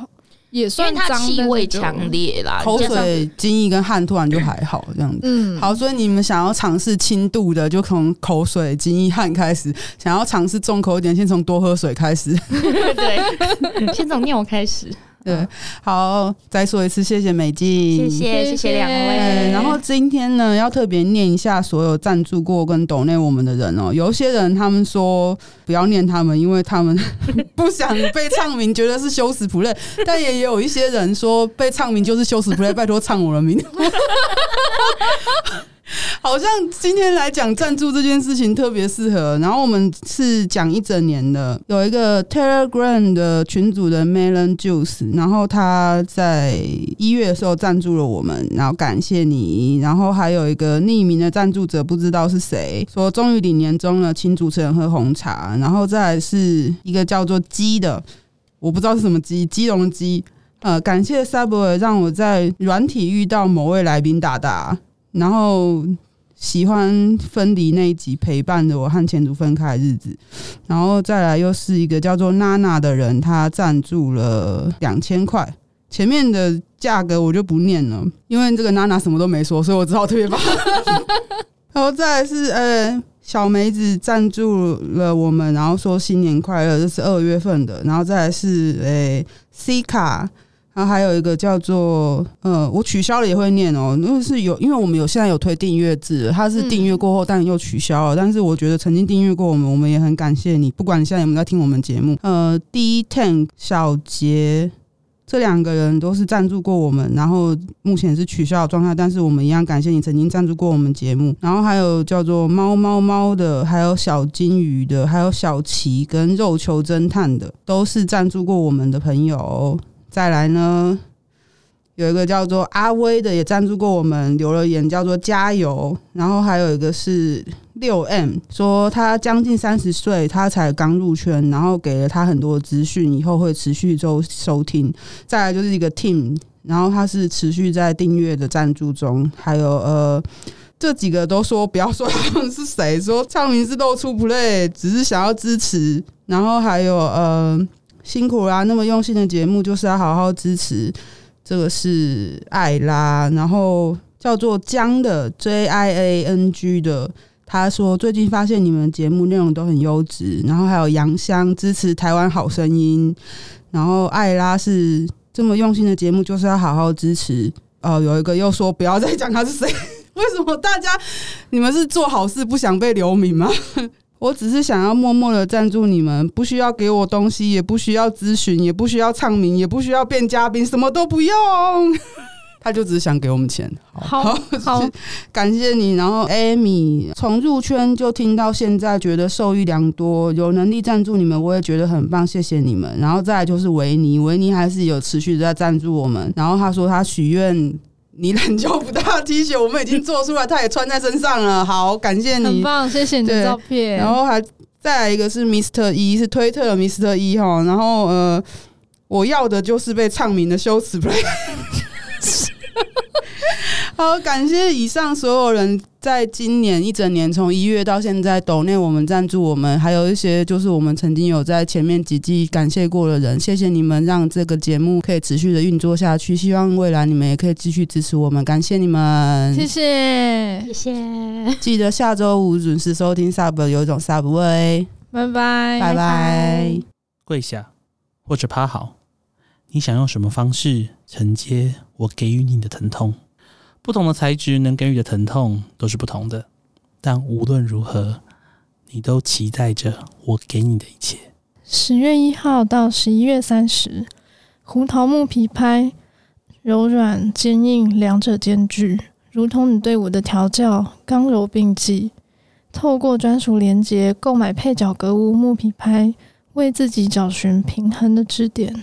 也因为算它脏，气但是味就强，烈啦，口加上水、精液跟汗突然就还好这样子。嗯，好，所以你们想要尝试轻度的，就从口水、精液、汗开始；想要尝试重口一点，先从多喝水开始。 对，先从尿开始。对，好，再说一次，谢谢美静，谢谢，谢谢两位。对，然后今天呢，要特别念一下所有赞助过跟抖内我们的人哦。有一些人他们说不要念他们，因为他们 不想被唱名，觉得是羞耻 不累。但也有一些人说被唱名就是羞耻不累，拜托唱我的名。好像今天来讲赞助这件事情特别适合，然后我们是讲一整年的，有一个 Telegram 的群主的 Melon Juice，然后他在一月的时候赞助了我们，然后感谢你，然后还有一个匿名的赞助者不知道是谁，说终于领年终了，请主持人喝红茶，然后再来是一个叫做鸡的，我不知道是什么鸡，基隆的鸡。呃，感谢 Subway 让我在软体遇到某位来宾大大，然后喜欢分离那一集陪伴着我和前主分开的日子，然后再来又是一个叫做娜娜的人，她赞助了两千块。前面的价格我就不念了，因为这个娜娜什么都没说，所以我只好特别把。然后再来是呃，小梅子赞助了我们，然后说新年快乐，这是二月份的。然后再来是呃，C 卡，然后还有一个叫做呃，我取消了也会念哦，因为是有，因为我们有现在有推订阅制了，它是订阅过后但又取消了。但是我觉得曾经订阅过我们，我们也很感谢你，不管你现在有没有在听我们节目。呃，D Ten 小杰。这两个人都是赞助过我们，然后目前是取消的状态，但是我们一样感谢你曾经赞助过我们节目。然后还有叫做猫猫猫的，还有小金鱼的，还有小琪跟肉球侦探的，都是赞助过我们的朋友。哦再来呢，有一个叫做阿威的也赞助过我们，留了言叫做加油。然后还有一个是六 M 说他将近三十岁，他才刚入圈，然后给了他很多资讯，以后会持续收收听。再来就是一个 Team，然后他是持续在订阅的赞助中，还有呃。这几个都说不要说他们是谁，说唱名是露出 play，只是想要支持。然后还有呃，辛苦啦，那么用心的节目就是要好好支持。这个是艾拉，然后叫做江的 J I A N G 的，他说最近发现你们节目内容都很优质，然后还有杨香支持台湾好声音，然后艾拉是这么用心的节目就是要好好支持。呃，有一个又说不要再讲他是谁， 为什么大家你们是做好事不想被留名吗？ 我只是想要默默的赞助你们，不需要给我东西，也不需要咨询，也不需要唱名，也不需要变嘉宾，什么都不用。 他就只是想给我们钱。好好，感 谢你。然后 Amy 从入圈就听到现在，觉得受益良多。有能力赞助你们，我也觉得很棒，谢谢你们。然后再来就是维尼，维尼还是有持续的在赞助我们。然后他说他许愿。你 懒觉不大 T 恤，我们已经做出来，他也穿在身上了。好，感谢很你。棒，谢谢你的对照片。然后还再来一个是 Mister 一、是推特的 Mister 一、哈。然后呃，我要的就是被唱名的羞耻 play。好，感谢以上所有人在今年一整年，从一月到现在，抖内我们赞助我们，还有一些就是我们曾经有在前面几季感谢过的人，谢谢你们让这个节目可以持续的运作下去，希望未来你们也可以继续支持我们，感谢你们，谢谢，谢谢，记得下周五准时收听 Sub，有一种 Sub 味。拜拜，拜拜。跪下或者趴好，你想用什么方式承接我给予你的疼痛？不同的材质能给予的疼痛都是不同的，但无论如何，你都期待着我给你的一切。十月一号到十一月三十，胡桃木皮拍，柔软坚硬两者兼具，如同你对我的调教，刚柔并济。透过专属连接购买配角格物木皮拍，为自己找寻平衡的支点。